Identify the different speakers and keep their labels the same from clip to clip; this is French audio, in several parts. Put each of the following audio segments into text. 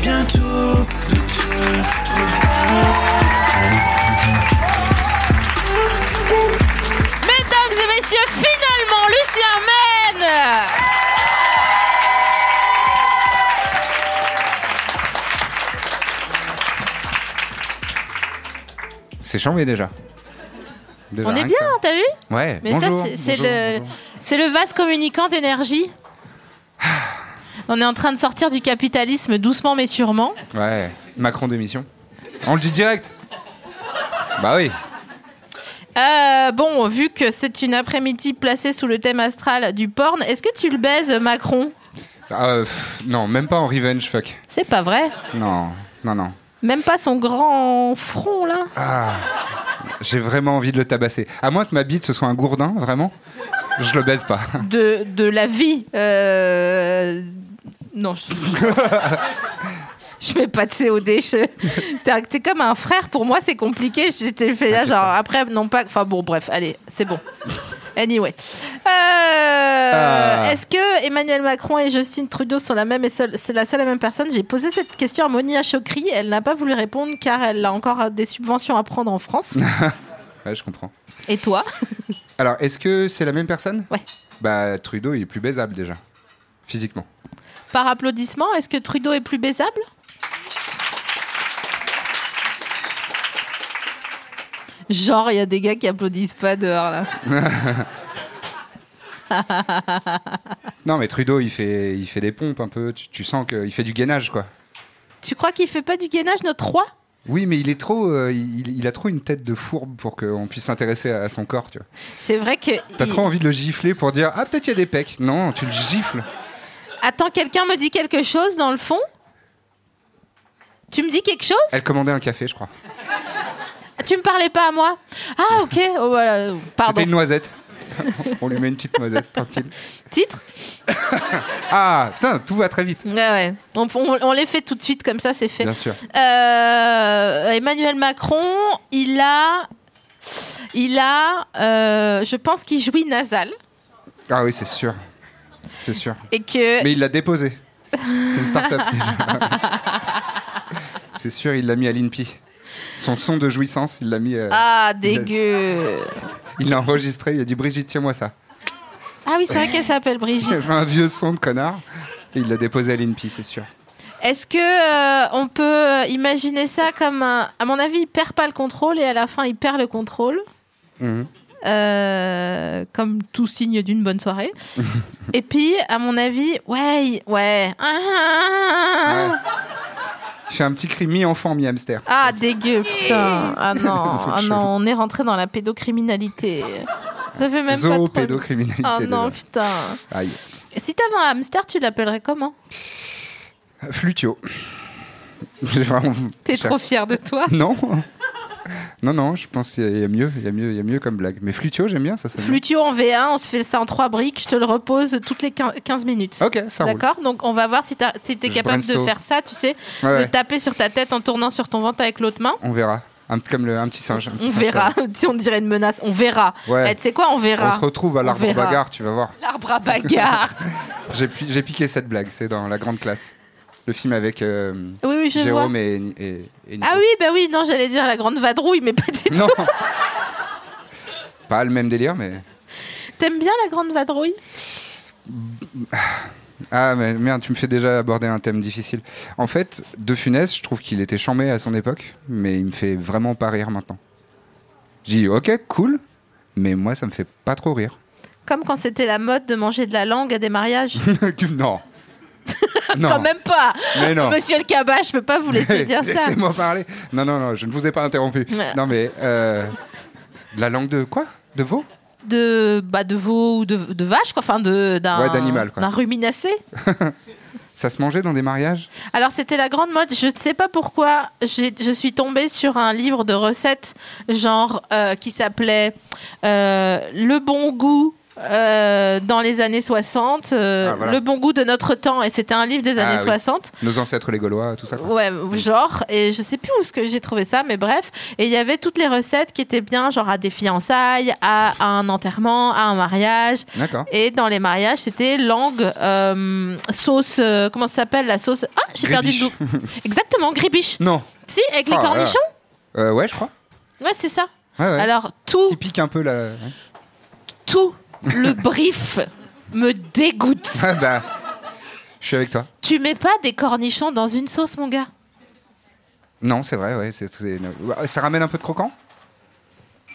Speaker 1: bientôt de te
Speaker 2: Mesdames et messieurs, finalement, Lucien mène
Speaker 3: C'est chambé déjà. Déjà,
Speaker 2: On est
Speaker 3: rien que
Speaker 2: bien,
Speaker 3: ça.
Speaker 2: t'as vu
Speaker 3: Ouais.
Speaker 2: Mais
Speaker 3: bonjour,
Speaker 2: ça, c'est- c'est
Speaker 3: bonjour,
Speaker 2: le,
Speaker 3: bonjour.
Speaker 2: c'est le vase communicant d'énergie. On est en train de sortir du capitalisme doucement mais sûrement.
Speaker 3: Ouais. Macron démission. On le dit direct. Bah oui.
Speaker 2: Euh, bon, vu que c'est une après-midi placée sous le thème astral du porn, est-ce que tu le baises, Macron
Speaker 3: Euh, pff, non, même pas en revenge, fuck.
Speaker 2: C'est pas vrai.
Speaker 3: Non, non, non.
Speaker 2: Même pas son grand front, là.
Speaker 3: J'ai vraiment envie de le tabasser. À moins que ma bite ce soit un gourdin, vraiment. Je le baise pas.
Speaker 2: De, de la vie. Euh... Non, je... je mets pas de COD. je- T'es t'es comme un frère, pour moi c'est compliqué. J'étais fait là, genre après, non pas. Enfin bon, bref, allez, c'est bon. Anyway. Euh,
Speaker 3: Ah.
Speaker 2: Est-ce que Emmanuel Macron et Justine Trudeau sont la même et seule, c'est la seule et même personne J'ai posé cette question à Monia Chokri. Elle n'a pas voulu répondre car elle a encore des subventions à prendre en France.
Speaker 3: Ouais, je comprends.
Speaker 2: et toi
Speaker 3: Alors, est-ce que c'est la même personne
Speaker 2: Ouais.
Speaker 3: Bah, Trudeau, il est plus baisable déjà. Physiquement.
Speaker 2: Par applaudissement, est-ce que Trudeau est plus baisable Genre, il y a des gars qui applaudissent pas dehors là.
Speaker 3: Non, mais Trudeau, il fait, il fait des pompes un peu. Tu, tu sens qu'il fait du gainage, quoi.
Speaker 2: Tu crois qu'il fait pas du gainage notre roi
Speaker 3: Oui, mais il est trop. euh, il, il a trop une tête de fourbe pour qu'on puisse s'intéresser à, à son corps, tu vois.
Speaker 2: C'est vrai que.
Speaker 3: T'as
Speaker 2: il-
Speaker 3: trop envie de le gifler pour dire Ah, peut-être il y a des pecs. Non, tu le gifles.
Speaker 2: Attends, quelqu'un me dit quelque chose dans le fond Tu me dis quelque chose
Speaker 3: Elle commandait un café, je crois.
Speaker 2: Tu me parlais pas à moi Ah ok, oh, voilà. pardon.
Speaker 3: C'était une noisette. On lui met une petite noisette, tranquille.
Speaker 2: Titre
Speaker 3: Ah, putain, tout va très vite.
Speaker 2: Ouais ouais. On, on- on les fait tout de suite comme ça, c'est fait.
Speaker 3: Bien sûr.
Speaker 2: Euh, Emmanuel Macron, il a. Il a. euh, je pense qu'il jouit nasal.
Speaker 3: Ah oui, c'est sûr. C'est sûr.
Speaker 2: Et que.
Speaker 3: Mais il l'a déposé. C'est une start-up déjà. C'est sûr, il l'a mis à l'INPI. Son son de jouissance, il l'a mis. euh,
Speaker 2: Ah, dégueu
Speaker 3: Il l'a enregistré, il a dit Brigitte, tiens-moi ça.
Speaker 2: Ah oui, c'est vrai qu'elle s'appelle
Speaker 3: Il a
Speaker 2: Brigitte.
Speaker 3: fait un vieux son de connard et il l'a déposé à l'INPI, c'est sûr.
Speaker 2: Est-ce que euh, on peut imaginer ça comme un. À mon avis, il perd pas le contrôle et à la fin, il perd le contrôle.
Speaker 3: Mhm.
Speaker 2: Euh, comme tout signe d'une bonne soirée. et puis, à mon avis, ouais, il- ouais. Ah,
Speaker 3: Ouais. Il fait un petit cri mi-enfant, mi-hamster.
Speaker 2: Ah, dégueu, putain. Ah non,
Speaker 3: truc
Speaker 2: ah
Speaker 3: chelou.
Speaker 2: non on est rentré dans la pédocriminalité. Ça fait même pas trop...
Speaker 3: Zoopédocriminalité.
Speaker 2: Ah non,
Speaker 3: déjà.
Speaker 2: putain.
Speaker 3: Aïe.
Speaker 2: Si t'avais un hamster, tu l'appellerais comment
Speaker 3: Flutio. J'ai vraiment.
Speaker 2: T'es
Speaker 3: j'ai-
Speaker 2: trop fier de toi.
Speaker 3: Non. Non, non, je pense qu'il y a- il y a mieux, il y a mieux, il y a mieux comme blague. Mais Flutio, j'aime bien ça. sonne bien.
Speaker 2: Flutio en V1, on se fait ça en trois briques, je te le repose toutes les quin- 15 minutes.
Speaker 3: Ok, ça roule.
Speaker 2: D'accord Donc on va voir si t'as- si t'es
Speaker 3: Je
Speaker 2: capable de
Speaker 3: brainstorm.
Speaker 2: faire ça, tu sais,
Speaker 3: Ouais,
Speaker 2: de
Speaker 3: ouais.
Speaker 2: taper sur ta tête en tournant sur ton ventre avec l'autre main.
Speaker 3: On verra. Un, p- comme le, un petit singe. un petit
Speaker 2: On
Speaker 3: singe,
Speaker 2: verra,
Speaker 3: ça
Speaker 2: si on dirait une menace, on verra.
Speaker 3: Ouais.
Speaker 2: Eh, tu sais quoi, on
Speaker 3: va.
Speaker 2: verra.
Speaker 3: On se retrouve à
Speaker 2: On
Speaker 3: l'arbre
Speaker 2: verra.
Speaker 3: bagarre, tu vas voir.
Speaker 2: L'arbre à bagarre.
Speaker 3: J'ai pi- j'ai piqué cette blague, c'est dans la grande classe. Le film avec euh,
Speaker 2: oui, oui, je vois.
Speaker 3: Jérôme et, et, et Nico.
Speaker 2: Ah oui, bah oui, non, j'allais dire la grande vadrouille, mais pas du
Speaker 3: Non
Speaker 2: tout.
Speaker 3: Pas le même délire, mais.
Speaker 2: T'aimes bien la grande vadrouille
Speaker 3: Ah, mais merde, tu me fais déjà aborder un thème difficile. En fait, De Funès, je trouve qu'il était chambé à son époque, mais il me fait vraiment pas rire maintenant. J'ai dit, ok, cool, mais moi, ça me fait pas trop rire.
Speaker 2: Comme quand c'était la mode de manger de la langue à des mariages.
Speaker 3: non, Non.
Speaker 2: Quand même pas.
Speaker 3: Mais non.
Speaker 2: Monsieur le Cabas, je peux pas vous laisser dire ça.
Speaker 3: Laissez-moi parler. Non, non, non, je ne vous ai pas interrompu.
Speaker 2: Ouais.
Speaker 3: Non, mais. euh, la langue de quoi De veau
Speaker 2: De, bah, de veau ou de, de vache, quoi. Enfin, de- d'un
Speaker 3: Ouais, d'animal, quoi.
Speaker 2: d'un ruminacé.
Speaker 3: Ça se mangeait dans des mariages
Speaker 2: Alors, c'était la grande mode. Je ne sais pas pourquoi. j'ai- Je suis tombée sur un livre de recettes, genre, euh, qui s'appelait euh, Le bon goût. euh, dans les années 60, euh,
Speaker 3: Ah, voilà.
Speaker 2: le bon goût de notre temps, et c'était un livre des
Speaker 3: Ah,
Speaker 2: années
Speaker 3: oui.
Speaker 2: 60.
Speaker 3: Nos ancêtres les Gaulois, tout ça. quoi.
Speaker 2: Ouais, genre, et je sais plus où ce que j'ai trouvé ça, mais bref. Et il y avait toutes les recettes qui étaient bien, genre à des fiançailles, à, à un enterrement, à un mariage.
Speaker 3: D'accord.
Speaker 2: Et dans les mariages, c'était langue, euh, sauce, euh, comment ça s'appelle la sauce Ah, j'ai perdu le
Speaker 3: Grébiche.
Speaker 2: goût. Exactement, gribiche.
Speaker 3: Non.
Speaker 2: Si, avec les
Speaker 3: Ah,
Speaker 2: cornichons
Speaker 3: Euh, ouais, je crois.
Speaker 2: Ouais, c'est ça.
Speaker 3: Ouais, ouais.
Speaker 2: Alors, tout,
Speaker 3: Qui pique un peu la. ouais.
Speaker 2: tout le brief me dégoûte.
Speaker 3: Ah bah. Je suis avec toi.
Speaker 2: tu mets pas des cornichons dans une sauce, mon gars
Speaker 3: Non, c'est vrai, ouais. c'est- c'est- Ça ramène un peu de croquant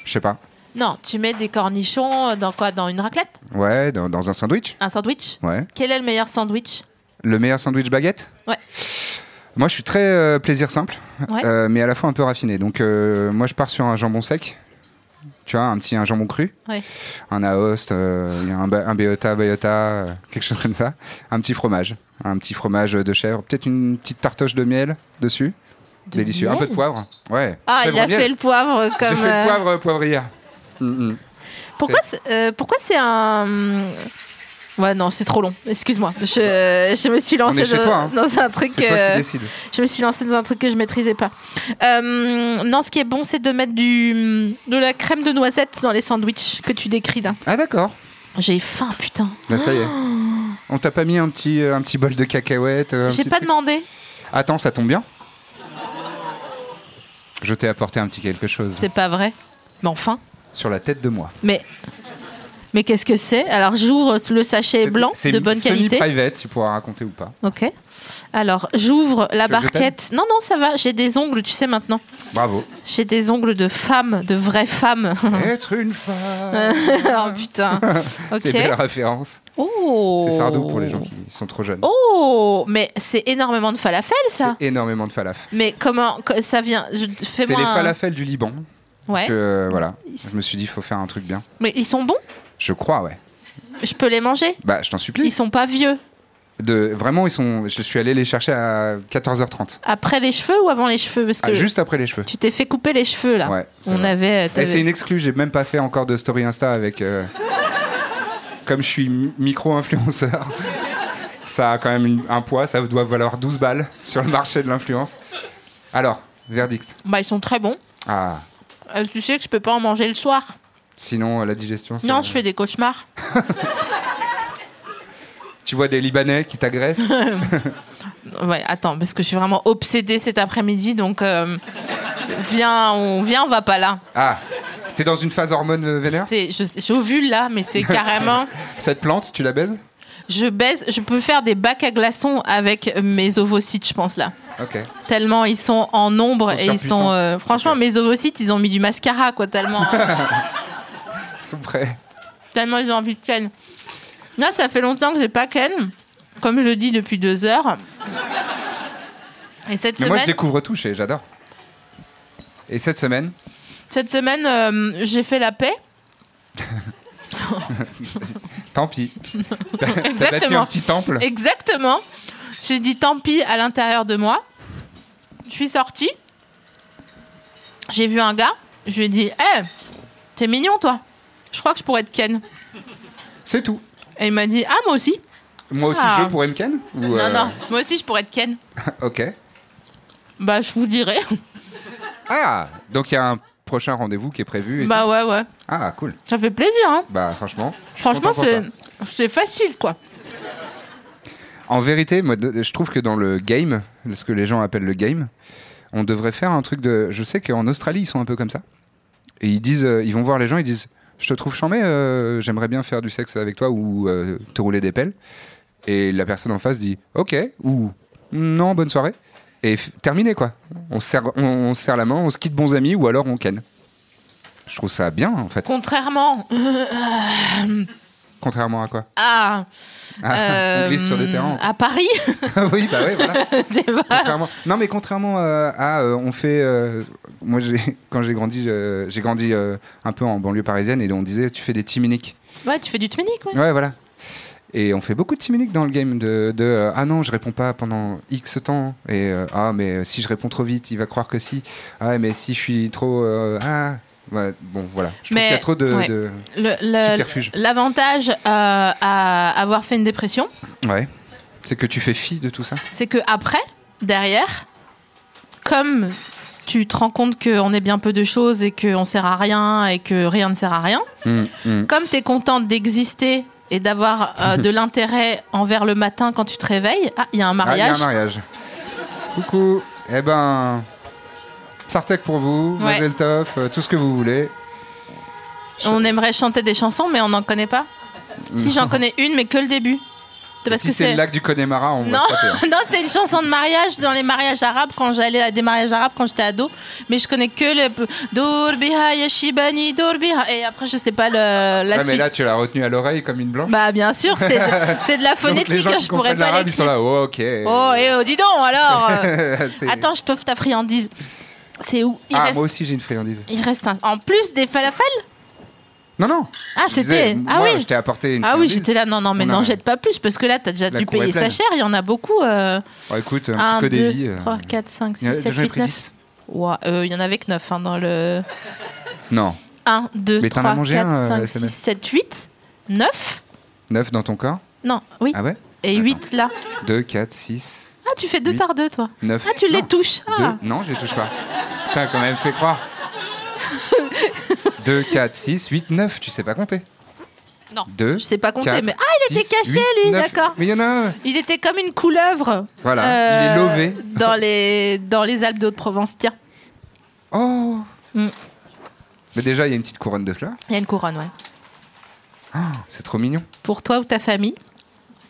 Speaker 3: Je sais pas.
Speaker 2: Non, tu mets des cornichons dans quoi Dans une raclette
Speaker 3: Ouais, dans, dans un sandwich
Speaker 2: Un sandwich
Speaker 3: Ouais.
Speaker 2: Quel est le meilleur sandwich
Speaker 3: Le meilleur sandwich baguette
Speaker 2: Ouais.
Speaker 3: Moi, je suis très euh, plaisir simple,
Speaker 2: Ouais.
Speaker 3: euh, mais à la fois un peu raffiné. Donc, euh, moi, je pars sur un jambon sec. Tu vois, un petit un jambon cru,
Speaker 2: Ouais.
Speaker 3: un Aoste, euh, il y a un, ba- un Béota, Bayota, euh, quelque chose comme ça. Un petit fromage, un petit fromage de chèvre, peut-être une petite tartoche de miel dessus.
Speaker 2: De
Speaker 3: Délicieux. Un
Speaker 2: miel
Speaker 3: peu de poivre. Ouais.
Speaker 2: Ah,
Speaker 3: Chèvre
Speaker 2: il a
Speaker 3: miel.
Speaker 2: fait le poivre
Speaker 3: J'ai
Speaker 2: comme.
Speaker 3: fait
Speaker 2: euh,
Speaker 3: le poivre euh, poivrière. Mm, mm.
Speaker 2: Pourquoi c'est euh, pourquoi c'est un. Ouais, non, c'est trop long. Excuse-moi. Je, euh, je me suis lancée
Speaker 3: On est chez
Speaker 2: dans,
Speaker 3: toi, hein.
Speaker 2: dans un truc.
Speaker 3: C'est toi
Speaker 2: euh,
Speaker 3: qui décides.
Speaker 2: je me suis lancée dans un truc que je maîtrisais pas. Euh, non, ce qui est bon, c'est de mettre du, de la crème de noisette dans les sandwichs que tu décris là.
Speaker 3: Ah, d'accord.
Speaker 2: J'ai faim, putain.
Speaker 3: Là, Bah, ça y est. On t'a pas mis un petit, euh, un petit bol de cacahuètes euh, un
Speaker 2: J'ai
Speaker 3: petit
Speaker 2: pas
Speaker 3: truc
Speaker 2: demandé.
Speaker 3: Attends, ça tombe bien. Je t'ai apporté un petit quelque chose
Speaker 2: C'est pas vrai. Mais enfin.
Speaker 3: sur la tête de moi.
Speaker 2: Mais. Mais qu'est-ce que c'est Alors, j'ouvre le sachet
Speaker 3: C'est-
Speaker 2: blanc
Speaker 3: c'est
Speaker 2: de bonne qualité.
Speaker 3: Semi-private, tu pourras raconter ou pas.
Speaker 2: Ok. Alors, j'ouvre la
Speaker 3: Tu veux que je
Speaker 2: barquette. Non, non, ça va. J'ai des ongles, tu sais maintenant.
Speaker 3: Bravo.
Speaker 2: J'ai des ongles de femme, de vraie femme.
Speaker 3: Être une femme.
Speaker 2: oh putain.
Speaker 3: C'est belle
Speaker 2: Ok.
Speaker 3: référence.
Speaker 2: Oh.
Speaker 3: C'est Sardou pour les gens qui sont trop jeunes.
Speaker 2: Oh, mais c'est énormément de falafel ça.
Speaker 3: C'est énormément de falafels.
Speaker 2: Mais comment que- ça vient je-
Speaker 3: C'est les
Speaker 2: Fais-moi. un-
Speaker 3: falafels du Liban. Parce
Speaker 2: Ouais.
Speaker 3: que euh, voilà,
Speaker 2: Ils-
Speaker 3: je me suis dit faut faire un truc bien.
Speaker 2: Mais ils sont bons.
Speaker 3: Je crois ouais.
Speaker 2: Je peux les manger.
Speaker 3: Bah je t'en supplie.
Speaker 2: Ils sont pas vieux.
Speaker 3: De vraiment ils sont. Je suis allé les chercher à 14h30.
Speaker 2: Après les cheveux ou avant les cheveux Parce que
Speaker 3: Ah, juste après les cheveux.
Speaker 2: tu t'es fait couper les cheveux là.
Speaker 3: Ouais, c'est
Speaker 2: On
Speaker 3: vrai.
Speaker 2: avait.
Speaker 3: Et
Speaker 2: t'avais-
Speaker 3: c'est une exclue, j'ai même pas fait encore de story Insta avec. euh, Comme je suis mi- micro-influenceur, ça a quand même une- un poids, ça doit valoir 12 balles sur le marché de l'influence. Alors, verdict.
Speaker 2: Bah ils sont très bons.
Speaker 3: Ah,
Speaker 2: Euh, tu sais que je peux pas en manger le soir.
Speaker 3: sinon euh, la digestion. c'est-
Speaker 2: Non, je fais des cauchemars.
Speaker 3: Tu vois des Libanais qui t'agressent
Speaker 2: Ouais, attends, parce que je suis vraiment obsédée cet après-midi, donc euh, viens, on vient, on va pas là.
Speaker 3: Ah, t'es dans une phase hormone euh, vénère
Speaker 2: C'est, je, j'ovule là, mais c'est carrément.
Speaker 3: Cette plante, tu la baises
Speaker 2: Je baise, je peux faire des bacs à glaçons avec mes ovocytes, je pense là.
Speaker 3: Ok.
Speaker 2: Tellement ils sont en nombre
Speaker 3: Ils sont
Speaker 2: et ils
Speaker 3: surpuissants.
Speaker 2: sont. euh, franchement,
Speaker 3: Ok.
Speaker 2: mes ovocytes, ils ont mis du mascara, quoi, tellement,
Speaker 3: Ils sont prêts.
Speaker 2: tellement ils ont envie de ken. Là, ça fait longtemps que j'ai pas ken, comme je le dis depuis deux heures. Et cette
Speaker 3: Mais moi, je
Speaker 2: semaine,
Speaker 3: découvre tout chez, j'adore. Et cette semaine,
Speaker 2: cette semaine euh, j'ai fait la paix.
Speaker 3: tant pis. T'as- T'as bâti
Speaker 2: Exactement.
Speaker 3: un petit temple.
Speaker 2: Exactement. J'ai dit tant pis à l'intérieur de moi. Je suis sortie. J'ai vu un gars. Je lui ai dit Hé, t'es mignon toi. Je crois que je pourrais être Ken.
Speaker 3: C'est tout.
Speaker 2: Et il m'a dit Ah, moi aussi.
Speaker 3: Moi aussi,
Speaker 2: Ah.
Speaker 3: je pourrais me ken Ou, euh,
Speaker 2: Non, non, moi aussi je pourrais être Ken.
Speaker 3: Ok.
Speaker 2: Bah, je vous dirai.
Speaker 3: Ah, donc il y a un prochain rendez-vous qui est prévu. et
Speaker 2: bah, ouais, ouais.
Speaker 3: tout. Ah, cool.
Speaker 2: Ça fait plaisir, hein.
Speaker 3: Bah, franchement. je suis
Speaker 2: Franchement,
Speaker 3: content pour
Speaker 2: c'est.
Speaker 3: toi.
Speaker 2: C'est facile, quoi.
Speaker 3: En vérité, moi, de- je trouve que dans le game, ce que les gens appellent le game, on devrait faire un truc de. Je sais qu'en Australie, ils sont un peu comme ça. Et ils disent, euh, ils vont voir les gens, ils disent, je te trouve charmé, euh, j'aimerais bien faire du sexe avec toi ou euh, te rouler des pelles. Et la personne en face dit, ok, ou non, bonne soirée. Et f- terminé quoi. On se serre, on, on se serre la main, on se quitte bons amis ou alors on ken. Je trouve ça bien en fait.
Speaker 2: euh, Contrairement
Speaker 3: Contrairement à quoi
Speaker 2: Ah,
Speaker 3: Ah, On
Speaker 2: euh,
Speaker 3: glisse sur des terrains.
Speaker 2: À Paris
Speaker 3: oui, bah oui, voilà.
Speaker 2: Des bars.
Speaker 3: Contrairement- Non, mais contrairement euh, à. euh, on fait. euh, moi, j'ai- quand j'ai grandi, euh, j'ai grandi euh, un peu en banlieue parisienne et on disait tu fais des timiniques.
Speaker 2: Ouais, tu fais du tminique, ouais.
Speaker 3: Ouais, voilà. Et on fait beaucoup de timiniques dans le game de, de, euh, ah non je réponds pas pendant X temps et euh, ah mais si je réponds trop vite il va croire que si ah mais si je suis trop euh, ah Ouais, bon voilà je trouve
Speaker 2: Mais-
Speaker 3: qu'il y a trop de,
Speaker 2: ouais.
Speaker 3: de-
Speaker 2: Le- le-
Speaker 3: Subterfuge.
Speaker 2: L'avantage euh, à avoir fait une dépression,
Speaker 3: ouais c'est que tu fais fi de tout ça
Speaker 2: c'est que après, derrière, comme tu te rends compte qu'on est bien peu de choses et qu'on sert à rien et que rien ne sert à rien,
Speaker 3: Hum, hum.
Speaker 2: comme tu es contente d'exister et d'avoir euh, de l'intérêt envers le matin quand tu te réveilles, ah, il y a un
Speaker 3: Ah, il y a
Speaker 2: mariage.
Speaker 3: un mariage. Coucou. Eh ben, Sartek pour vous,
Speaker 2: Ouais.
Speaker 3: Mazel Tov, euh, tout ce que vous voulez.
Speaker 2: on aimerait chanter des chansons, mais on n'en connaît pas. Si j'en connais une, mais que le début. C'est Parce
Speaker 3: si
Speaker 2: que
Speaker 3: c'est
Speaker 2: c'est.
Speaker 3: le lac du Connemara, on
Speaker 2: Non,
Speaker 3: va se taper. hein.
Speaker 2: non c'est une chanson de mariage dans les mariages arabes quand j'allais à des mariages arabes quand j'étais ado. Mais je connais que le Dorbiha Yashibani Dorbiha et après je sais pas le, la
Speaker 3: Ouais, mais
Speaker 2: suite.
Speaker 3: là, tu l'as retenu à l'oreille comme une blanche.
Speaker 2: Bah bien sûr, c'est de, c'est de la
Speaker 3: Donc, les
Speaker 2: Bah, phonétique, hein,
Speaker 3: gens qui
Speaker 2: je pourrais
Speaker 3: comprennent
Speaker 2: pas
Speaker 3: l'arabe, ils sont
Speaker 2: l'écrire.
Speaker 3: là, oh,
Speaker 2: Oh
Speaker 3: ok.
Speaker 2: et oh, dis donc alors. euh,
Speaker 3: C'est-
Speaker 2: Attends, je t'offre ta friandise. C'est où il,
Speaker 3: ah,
Speaker 2: reste,
Speaker 3: moi aussi, j'ai une friandise.
Speaker 2: il reste un- en plus des falafels
Speaker 3: Non, non.
Speaker 2: Ah,
Speaker 3: Je
Speaker 2: c'était-
Speaker 3: disais,
Speaker 2: ah
Speaker 3: moi,
Speaker 2: oui.
Speaker 3: Je t'ai apporté une
Speaker 2: Ah oui,
Speaker 3: friandise.
Speaker 2: j'étais là. Non non, mais
Speaker 3: On a-
Speaker 2: n'en jette pas plus parce que là t'as déjà
Speaker 3: La
Speaker 2: dû
Speaker 3: cour est
Speaker 2: payer ça
Speaker 3: pleine.
Speaker 2: cher, il y en a beaucoup euh,
Speaker 3: Bon, Oh, écoute, un,
Speaker 2: 1
Speaker 3: petit peu des vies.
Speaker 2: 2
Speaker 3: euh,
Speaker 2: 3 4 5
Speaker 3: il y en
Speaker 2: 6
Speaker 3: a-
Speaker 2: 7
Speaker 3: J'en ai
Speaker 2: 8
Speaker 3: pris
Speaker 2: 9
Speaker 3: 10.
Speaker 2: Ouah, euh, il y en avait que 9 dans le
Speaker 3: Non,
Speaker 2: 1, 2,
Speaker 3: Mais t'en
Speaker 2: 3,
Speaker 3: as
Speaker 2: 4,
Speaker 3: mangé un,
Speaker 2: 5,
Speaker 3: euh,
Speaker 2: 6,
Speaker 3: SMS.
Speaker 2: 7, 8, 9.
Speaker 3: 9 dans ton corps.
Speaker 2: Non, oui.
Speaker 3: Ah ouais
Speaker 2: Et 8 là.
Speaker 3: 2, 4, 6,
Speaker 2: Ah, tu fais 2
Speaker 3: Huit.
Speaker 2: par 2, toi.
Speaker 3: 9.
Speaker 2: Ah, tu les touches. Ah.
Speaker 3: Deux. Non, je les touche pas. T'as quand même fait croire. 2, 4, 6, 8, 9, tu sais pas compter.
Speaker 2: Non.
Speaker 3: 2.
Speaker 2: Je sais pas compter, mais. Ah, il était caché, lui, d'accord.
Speaker 3: Mais il y en a un.
Speaker 2: Il était comme une couleuvre. euh,
Speaker 3: Voilà, il est lové.
Speaker 2: Dans les, dans les Alpes de Haute-Provence. Tiens,
Speaker 3: Oh
Speaker 2: Mm.
Speaker 3: Mais déjà, il y a une petite couronne de fleurs.
Speaker 2: il y a une couronne, ouais.
Speaker 3: C'est trop mignon.
Speaker 2: Pour toi ou ta famille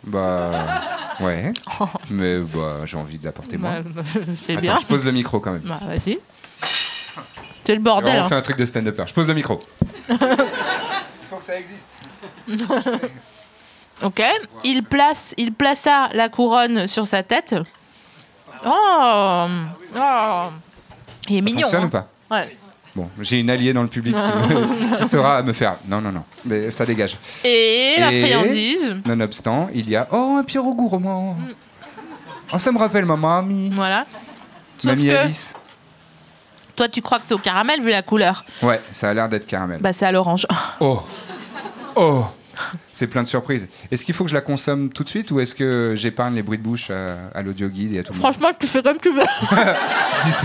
Speaker 3: Bah. Ouais. Mais bah, j'ai envie d'apporter moi.
Speaker 2: Bah, C'est
Speaker 3: Attends,
Speaker 2: bien.
Speaker 3: je pose le micro quand même.
Speaker 2: Bah, vas-y. C'est le
Speaker 3: On
Speaker 2: bordel. hein.
Speaker 3: fait un truc de stand-upper. Je pose le micro. Il faut que ça existe.
Speaker 2: Ok. Il place, il plaça la couronne sur sa tête. Oh, oh. Il est mignon.
Speaker 3: fonctionne
Speaker 2: hein.
Speaker 3: ou pas
Speaker 2: Ouais.
Speaker 3: Bon, j'ai une alliée dans le public qui, me- qui saura me faire. Non, non, non. Mais ça dégage.
Speaker 2: Et, la
Speaker 3: Et-
Speaker 2: friandise. Mm.
Speaker 3: Nonobstant, il y a oh un Pierrot gourmand. Oh, ça me rappelle ma mamie,
Speaker 2: Voilà. Sauf
Speaker 3: mamie
Speaker 2: que
Speaker 3: Alice.
Speaker 2: toi, tu crois que c'est au caramel vu la couleur.
Speaker 3: Ouais, ça a l'air d'être caramel.
Speaker 2: Bah, c'est à l'orange.
Speaker 3: Oh, oh, c'est plein de surprises. Est-ce qu'il faut que je la consomme tout de suite ou est-ce que j'épargne les bruits de bouche à, à l'audio guide et à tout le monde
Speaker 2: Franchement, tu fais comme tu veux.
Speaker 3: Dites-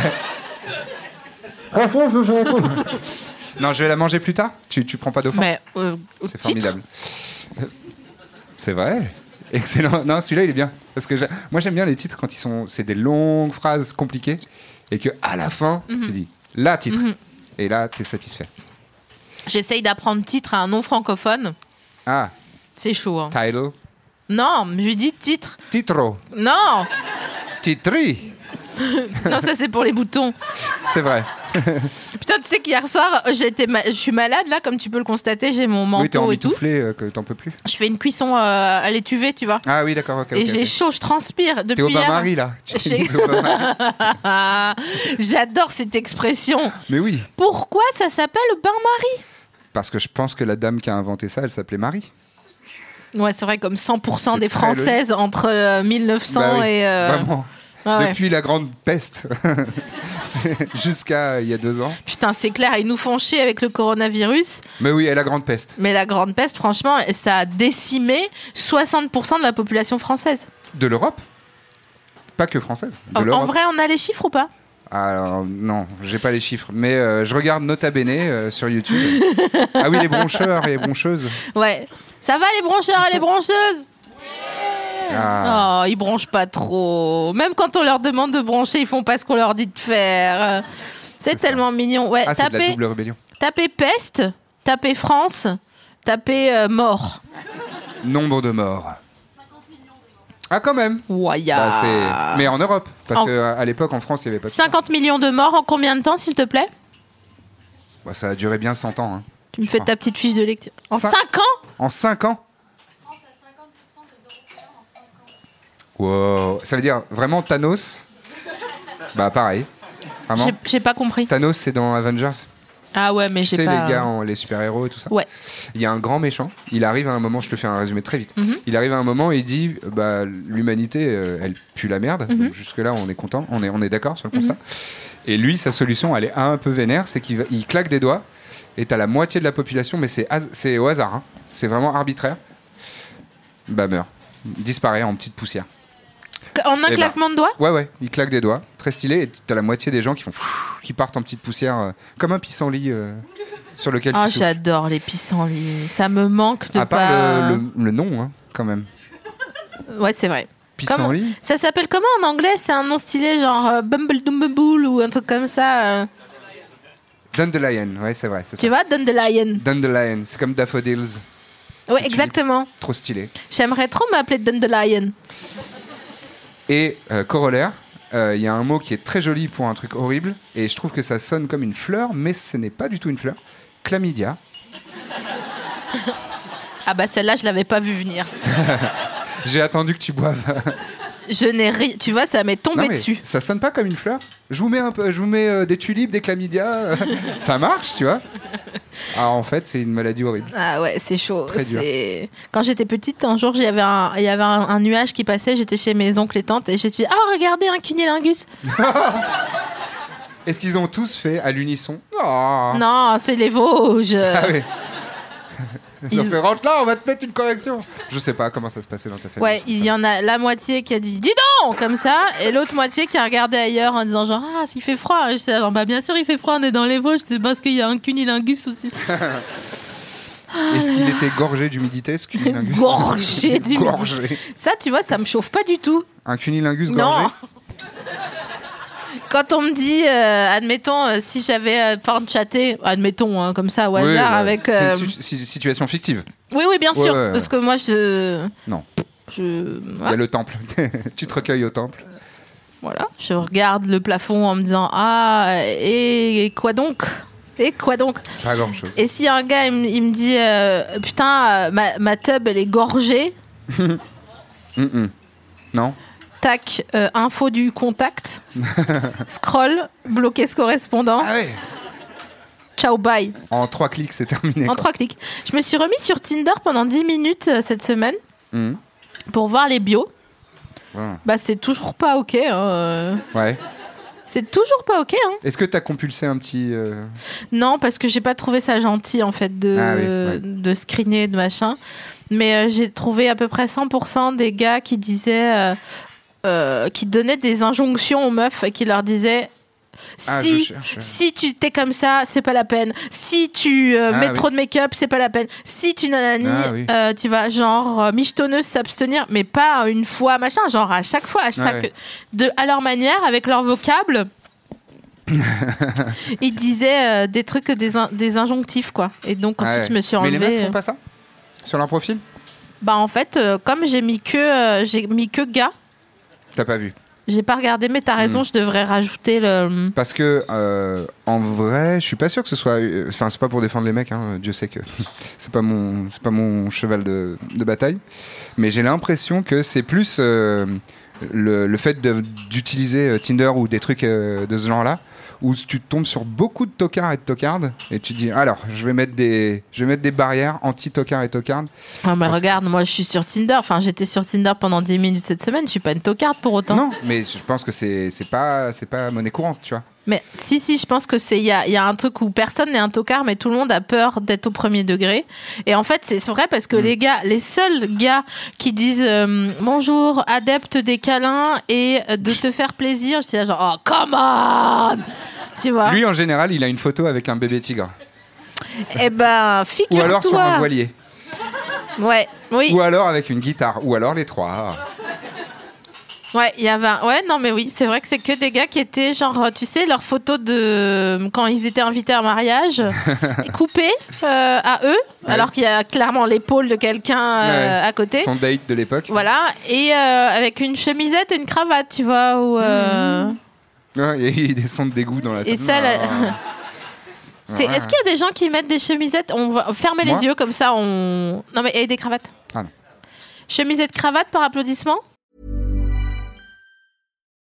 Speaker 3: non, je vais la manger plus tard. Tu, tu prends pas d'offense.
Speaker 2: Mais euh, au
Speaker 3: C'est
Speaker 2: titre,
Speaker 3: formidable. C'est vrai. Excellent. Non, celui-là, il est bien. Parce que j'a- moi, j'aime bien les titres quand ils sont. C'est des longues phrases compliquées et que à la fin, tu
Speaker 2: Mhm.
Speaker 3: dis là, titre. Et là, t'es satisfait.
Speaker 2: j'essaye d'apprendre titre à un non francophone.
Speaker 3: Ah,
Speaker 2: C'est chaud. hein.
Speaker 3: title.
Speaker 2: Non, je lui dis titre.
Speaker 3: Titro.
Speaker 2: Non,
Speaker 3: Titri.
Speaker 2: non, ça c'est pour les boutons.
Speaker 3: C'est vrai.
Speaker 2: Putain, tu sais qu'hier soir, euh, j'étais, ma- je suis malade là, comme tu peux le constater, j'ai mon
Speaker 3: oui, t'es
Speaker 2: manteau et tout.
Speaker 3: emmitouflé euh, que t'en peux plus.
Speaker 2: Je fais une cuisson euh, à l'étuvée, tu vois.
Speaker 3: Ah oui, d'accord, ok.
Speaker 2: et
Speaker 3: ok,
Speaker 2: j'ai
Speaker 3: ok.
Speaker 2: chaud, je transpire
Speaker 3: T'es
Speaker 2: depuis
Speaker 3: au
Speaker 2: hier.
Speaker 3: bain-marie, là. Tu t'es
Speaker 2: J'ai-
Speaker 3: mise au bain-marie.
Speaker 2: Ah, J'adore cette expression.
Speaker 3: Mais oui,
Speaker 2: Pourquoi ça s'appelle bain-marie
Speaker 3: parce que je pense que la dame qui a inventé ça, elle s'appelait Marie.
Speaker 2: Ouais, c'est vrai, comme 100%
Speaker 3: C'est
Speaker 2: des
Speaker 3: très
Speaker 2: Françaises entre euh, 1900
Speaker 3: Bah oui,
Speaker 2: et. euh,
Speaker 3: Vraiment.
Speaker 2: ouais, ouais.
Speaker 3: Depuis la grande peste jusqu'à il y a deux ans.
Speaker 2: Putain, c'est clair, ils nous font chier avec le coronavirus,
Speaker 3: Mais oui, et la grande peste.
Speaker 2: mais la grande peste, franchement, ça a décimé 60% de la population française.
Speaker 3: De l'Europe Pas que française. De
Speaker 2: En, en
Speaker 3: l'Europe.
Speaker 2: vrai, on a les chiffres ou pas
Speaker 3: Alors, non, j'ai pas les chiffres. Mais euh, je regarde Nota Bene euh, sur YouTube. ah oui, les broncheurs et broncheuses.
Speaker 2: Ouais. Ça va les broncheurs et les broncheuses
Speaker 3: Ah.
Speaker 2: Oh, ils bronchent pas trop. Même quand on leur demande de broncher, ils font pas ce qu'on leur dit de faire. C'est
Speaker 3: ça.
Speaker 2: tellement mignon. Ouais,
Speaker 3: Ah, c'est de la
Speaker 2: Oh, tapez,
Speaker 3: double rébellion.
Speaker 2: tapez peste, tapez France, tapez euh, mort.
Speaker 3: Nombre de morts. Ah, quand même
Speaker 2: Ouah, y a-
Speaker 3: Bah, c'est- Mais en Europe. Parce
Speaker 2: Ah. En-
Speaker 3: qu'à à l'époque, en France, il n'y avait pas de.
Speaker 2: 50 millions de morts en combien de temps, s'il te plaît
Speaker 3: Bah, ça a duré bien 100 ans. hein.
Speaker 2: Tu me fais
Speaker 3: crois.
Speaker 2: ta petite fiche de lecture. En
Speaker 3: Cin-
Speaker 2: 5 ans
Speaker 3: En 5 ans Wow. Ça veut dire vraiment Thanos Bah pareil. Vraiment.
Speaker 2: J'ai- J'ai pas compris.
Speaker 3: Thanos, c'est dans Avengers.
Speaker 2: Ah ouais, mais
Speaker 3: Tu
Speaker 2: j'ai
Speaker 3: sais,
Speaker 2: pas.
Speaker 3: les gars, en- les super-héros et tout ça.
Speaker 2: Ouais.
Speaker 3: Il y a un grand méchant. Il arrive à un moment, je te fais un résumé très vite.
Speaker 2: Mhm.
Speaker 3: Il arrive à un moment et il dit euh, bah, l'humanité, euh, elle pue la merde.
Speaker 2: Mhm.
Speaker 3: Donc, Jusque-là, on est content, on est, on est d'accord sur le constat. Et lui, sa solution, elle est un peu vénère c'est qu'il va- il claque des doigts et t'as la moitié de la population, mais c'est has- c'est au hasard. hein. C'est vraiment arbitraire. Bah, meurt. Disparaît en petite poussière.
Speaker 2: En
Speaker 3: Eh
Speaker 2: un
Speaker 3: ben.
Speaker 2: claquement de doigts
Speaker 3: Ouais, ouais, il claque des doigts, très stylé, et t'as la moitié des gens qui font qui partent en petite poussière, euh, comme un pissenlit euh, sur lequel
Speaker 2: Ah,
Speaker 3: tu souffles.
Speaker 2: j'adore les pissenlits. Ça me manque de
Speaker 3: À part
Speaker 2: pas.
Speaker 3: le, le- le nom, hein, quand même.
Speaker 2: Ouais, c'est vrai.
Speaker 3: Pissenlit
Speaker 2: Ça s'appelle comment en anglais C'est un nom stylé genre euh, Bumble Dumble ou un truc comme ça. euh.
Speaker 3: Dandelion, ouais, c'est vrai, c'est
Speaker 2: Tu
Speaker 3: ça.
Speaker 2: vois, Dandelion.
Speaker 3: Dandelion, c'est comme Daffodils,
Speaker 2: Ouais, exactement.
Speaker 3: trop stylé.
Speaker 2: J'aimerais trop m'appeler Dandelion.
Speaker 3: Et euh, corollaire, euh, il y a un mot qui est très joli pour un truc horrible, et je trouve que ça sonne comme une fleur, mais ce n'est pas du tout une fleur. Chlamydia.
Speaker 2: Ah bah celle-là, je l'avais pas vu venir.
Speaker 3: J'ai attendu que tu boives.
Speaker 2: Je n'ai ri... Tu vois, ça m'est tombé
Speaker 3: Non, mais
Speaker 2: dessus.
Speaker 3: Ça sonne pas comme une fleur Je vous mets, un peu, je vous mets euh, des tulipes, des chlamydia. euh, ça marche, tu vois Alors en fait, c'est une maladie horrible.
Speaker 2: Ah ouais, c'est chaud.
Speaker 3: Très dur.
Speaker 2: C'est- Quand j'étais petite, un jour, il y avait un, il y avait un, un nuage qui passait. J'étais chez mes oncles et tantes et j'ai dit Oh, regardez un cunilingus.
Speaker 3: Est-ce qu'ils ont tous fait à l'unisson Oh.
Speaker 2: Non, c'est les Vosges.
Speaker 3: Ah oui. Ça
Speaker 2: Ils-
Speaker 3: fait rentre là, on va te mettre une correction. Je sais pas comment ça se passait dans ta famille.
Speaker 2: Ouais, il y en a la moitié qui a dit dis donc comme ça, et l'autre moitié qui a regardé ailleurs en disant genre ah il fait froid. Et je sais, bah bien sûr il fait froid, on est dans les Vosges, c'est parce qu'il y a un cunilingus aussi.
Speaker 3: Est-ce qu'il était gorgé d'humidité, ce cunilingus
Speaker 2: Gorgé d'humidité.
Speaker 3: Gorgé.
Speaker 2: Ça tu vois, ça me chauffe pas du tout.
Speaker 3: Un cunilingus gorgé
Speaker 2: Non. Quand on me dit, euh, admettons, euh, si j'avais pas porn chaté, admettons, hein, comme ça au
Speaker 3: Oui,
Speaker 2: hasard,
Speaker 3: bah,
Speaker 2: avec.
Speaker 3: C'est
Speaker 2: euh,
Speaker 3: une situ- si- situation fictive.
Speaker 2: Oui, oui, bien
Speaker 3: Ouais,
Speaker 2: sûr,
Speaker 3: ouais, ouais.
Speaker 2: parce que moi je.
Speaker 3: Non.
Speaker 2: Je.
Speaker 3: Il y a le temple. tu te recueilles au temple.
Speaker 2: Voilà. Je regarde le plafond en me disant ah et, et quoi donc Et quoi donc
Speaker 3: Pas grand chose.
Speaker 2: Et si un gars il, me- il me dit euh, putain euh, ma, ma tub elle est gorgée,
Speaker 3: Non
Speaker 2: tac euh, info du contact, scroll, bloquer ce correspondant,
Speaker 3: Ah ouais
Speaker 2: ciao bye
Speaker 3: En trois clics, c'est terminé.
Speaker 2: en
Speaker 3: quoi.
Speaker 2: trois clics. Je me suis remis sur Tinder pendant 10 minutes euh, cette semaine
Speaker 3: Mhm.
Speaker 2: pour voir les bios.
Speaker 3: Ouais.
Speaker 2: Bah c'est toujours pas ok. hein, euh.
Speaker 3: Ouais.
Speaker 2: C'est toujours pas ok. Hein.
Speaker 3: Est-ce que t'as compulsé un petit. euh,
Speaker 2: Non, parce que j'ai pas trouvé ça gentil en fait de,
Speaker 3: Ah oui, ouais.
Speaker 2: de screener, de machin. Mais euh, j'ai trouvé à peu près 100% des gars qui disaient, euh, euh, qui donnaient des injonctions aux meufs et qui leur disaient
Speaker 3: Ah, je
Speaker 2: si,
Speaker 3: cherche.
Speaker 2: si tu t'es comme ça, c'est pas la peine. Si tu euh,
Speaker 3: Ah
Speaker 2: mets
Speaker 3: oui.
Speaker 2: trop de make-up, c'est pas la peine. Si tu nanani,
Speaker 3: Ah oui.
Speaker 2: euh, tu vas genre euh, michetonneuse s'abstenir, mais pas une fois, machin, genre à chaque
Speaker 3: Ah
Speaker 2: fois, à chaque,
Speaker 3: ouais.
Speaker 2: de, à leur manière, avec leur vocable. ils disaient euh, des trucs, des, in- des injonctifs, quoi. Et donc, ensuite,
Speaker 3: Ah ouais.
Speaker 2: je me suis
Speaker 3: Mais les meufs
Speaker 2: enlevée. euh,
Speaker 3: font pas ça Sur leur profil
Speaker 2: Bah, en fait, euh, comme j'ai mis que, euh, j'ai mis que gars,
Speaker 3: T'as pas vu.
Speaker 2: j'ai pas regardé, mais t'as
Speaker 3: Mm.
Speaker 2: raison, je devrais rajouter le.
Speaker 3: Parce que, euh, en vrai, je suis pas sûr que ce soit. euh, Enfin, c'est pas pour défendre les mecs, hein, Dieu sait que c'est pas, mon, c'est pas mon cheval de, de bataille. Mais j'ai l'impression que c'est plus euh, le, le fait de- d'utiliser euh, Tinder ou des trucs euh, de ce genre-là, où tu tombes sur beaucoup de tocards et de tocardes, et tu te dis alors, je vais mettre des, je vais mettre des barrières anti-tocards et tocardes.
Speaker 2: Ah, mais
Speaker 3: Parce-
Speaker 2: regarde, moi, je suis sur Tinder. Enfin, j'étais sur Tinder pendant 10 minutes cette semaine. Je suis pas une tocarde pour autant.
Speaker 3: Non, mais je pense que c'est c'est pas c'est pas monnaie courante, tu vois.
Speaker 2: Mais si, si, je pense que c'est il y a, il y a un truc où personne n'est un tocard, mais tout le monde a peur d'être au premier degré. Et en fait, c'est c'est vrai parce que
Speaker 3: Mm.
Speaker 2: les gars, les seuls gars qui disent euh, bonjour, adepte des câlins et euh, de te faire plaisir, je suis là genre oh come on, tu vois.
Speaker 3: Lui en général, il a une photo avec un bébé tigre
Speaker 2: Eh ben,
Speaker 3: ou
Speaker 2: figure-toi.
Speaker 3: alors sur un voilier
Speaker 2: Ouais, oui,
Speaker 3: ou alors avec une guitare ou alors les trois.
Speaker 2: Euh, ouais, il y avait. un- Ouais, non, mais oui, c'est vrai que c'est que des gars qui étaient genre, euh, tu sais, leurs photos de euh, quand ils étaient invités à un mariage coupées euh, à eux, alors qu'il y a clairement l'épaule de quelqu'un euh,
Speaker 3: Ouais.
Speaker 2: à côté.
Speaker 3: Son date de l'époque.
Speaker 2: Voilà, et euh, avec une chemisette et une cravate, tu vois. Ou, euh,
Speaker 3: Mmh. Ouais, et il y a des sons de dégoût dans la salle.
Speaker 2: Et ça, la-
Speaker 3: Ah.
Speaker 2: c'est- Est-ce qu'il y a des gens qui mettent des chemisettes On va fermer
Speaker 3: Moi
Speaker 2: les yeux comme ça, on. Non mais et des cravates.
Speaker 3: Ah non.
Speaker 2: Chemisette, cravate par applaudissement.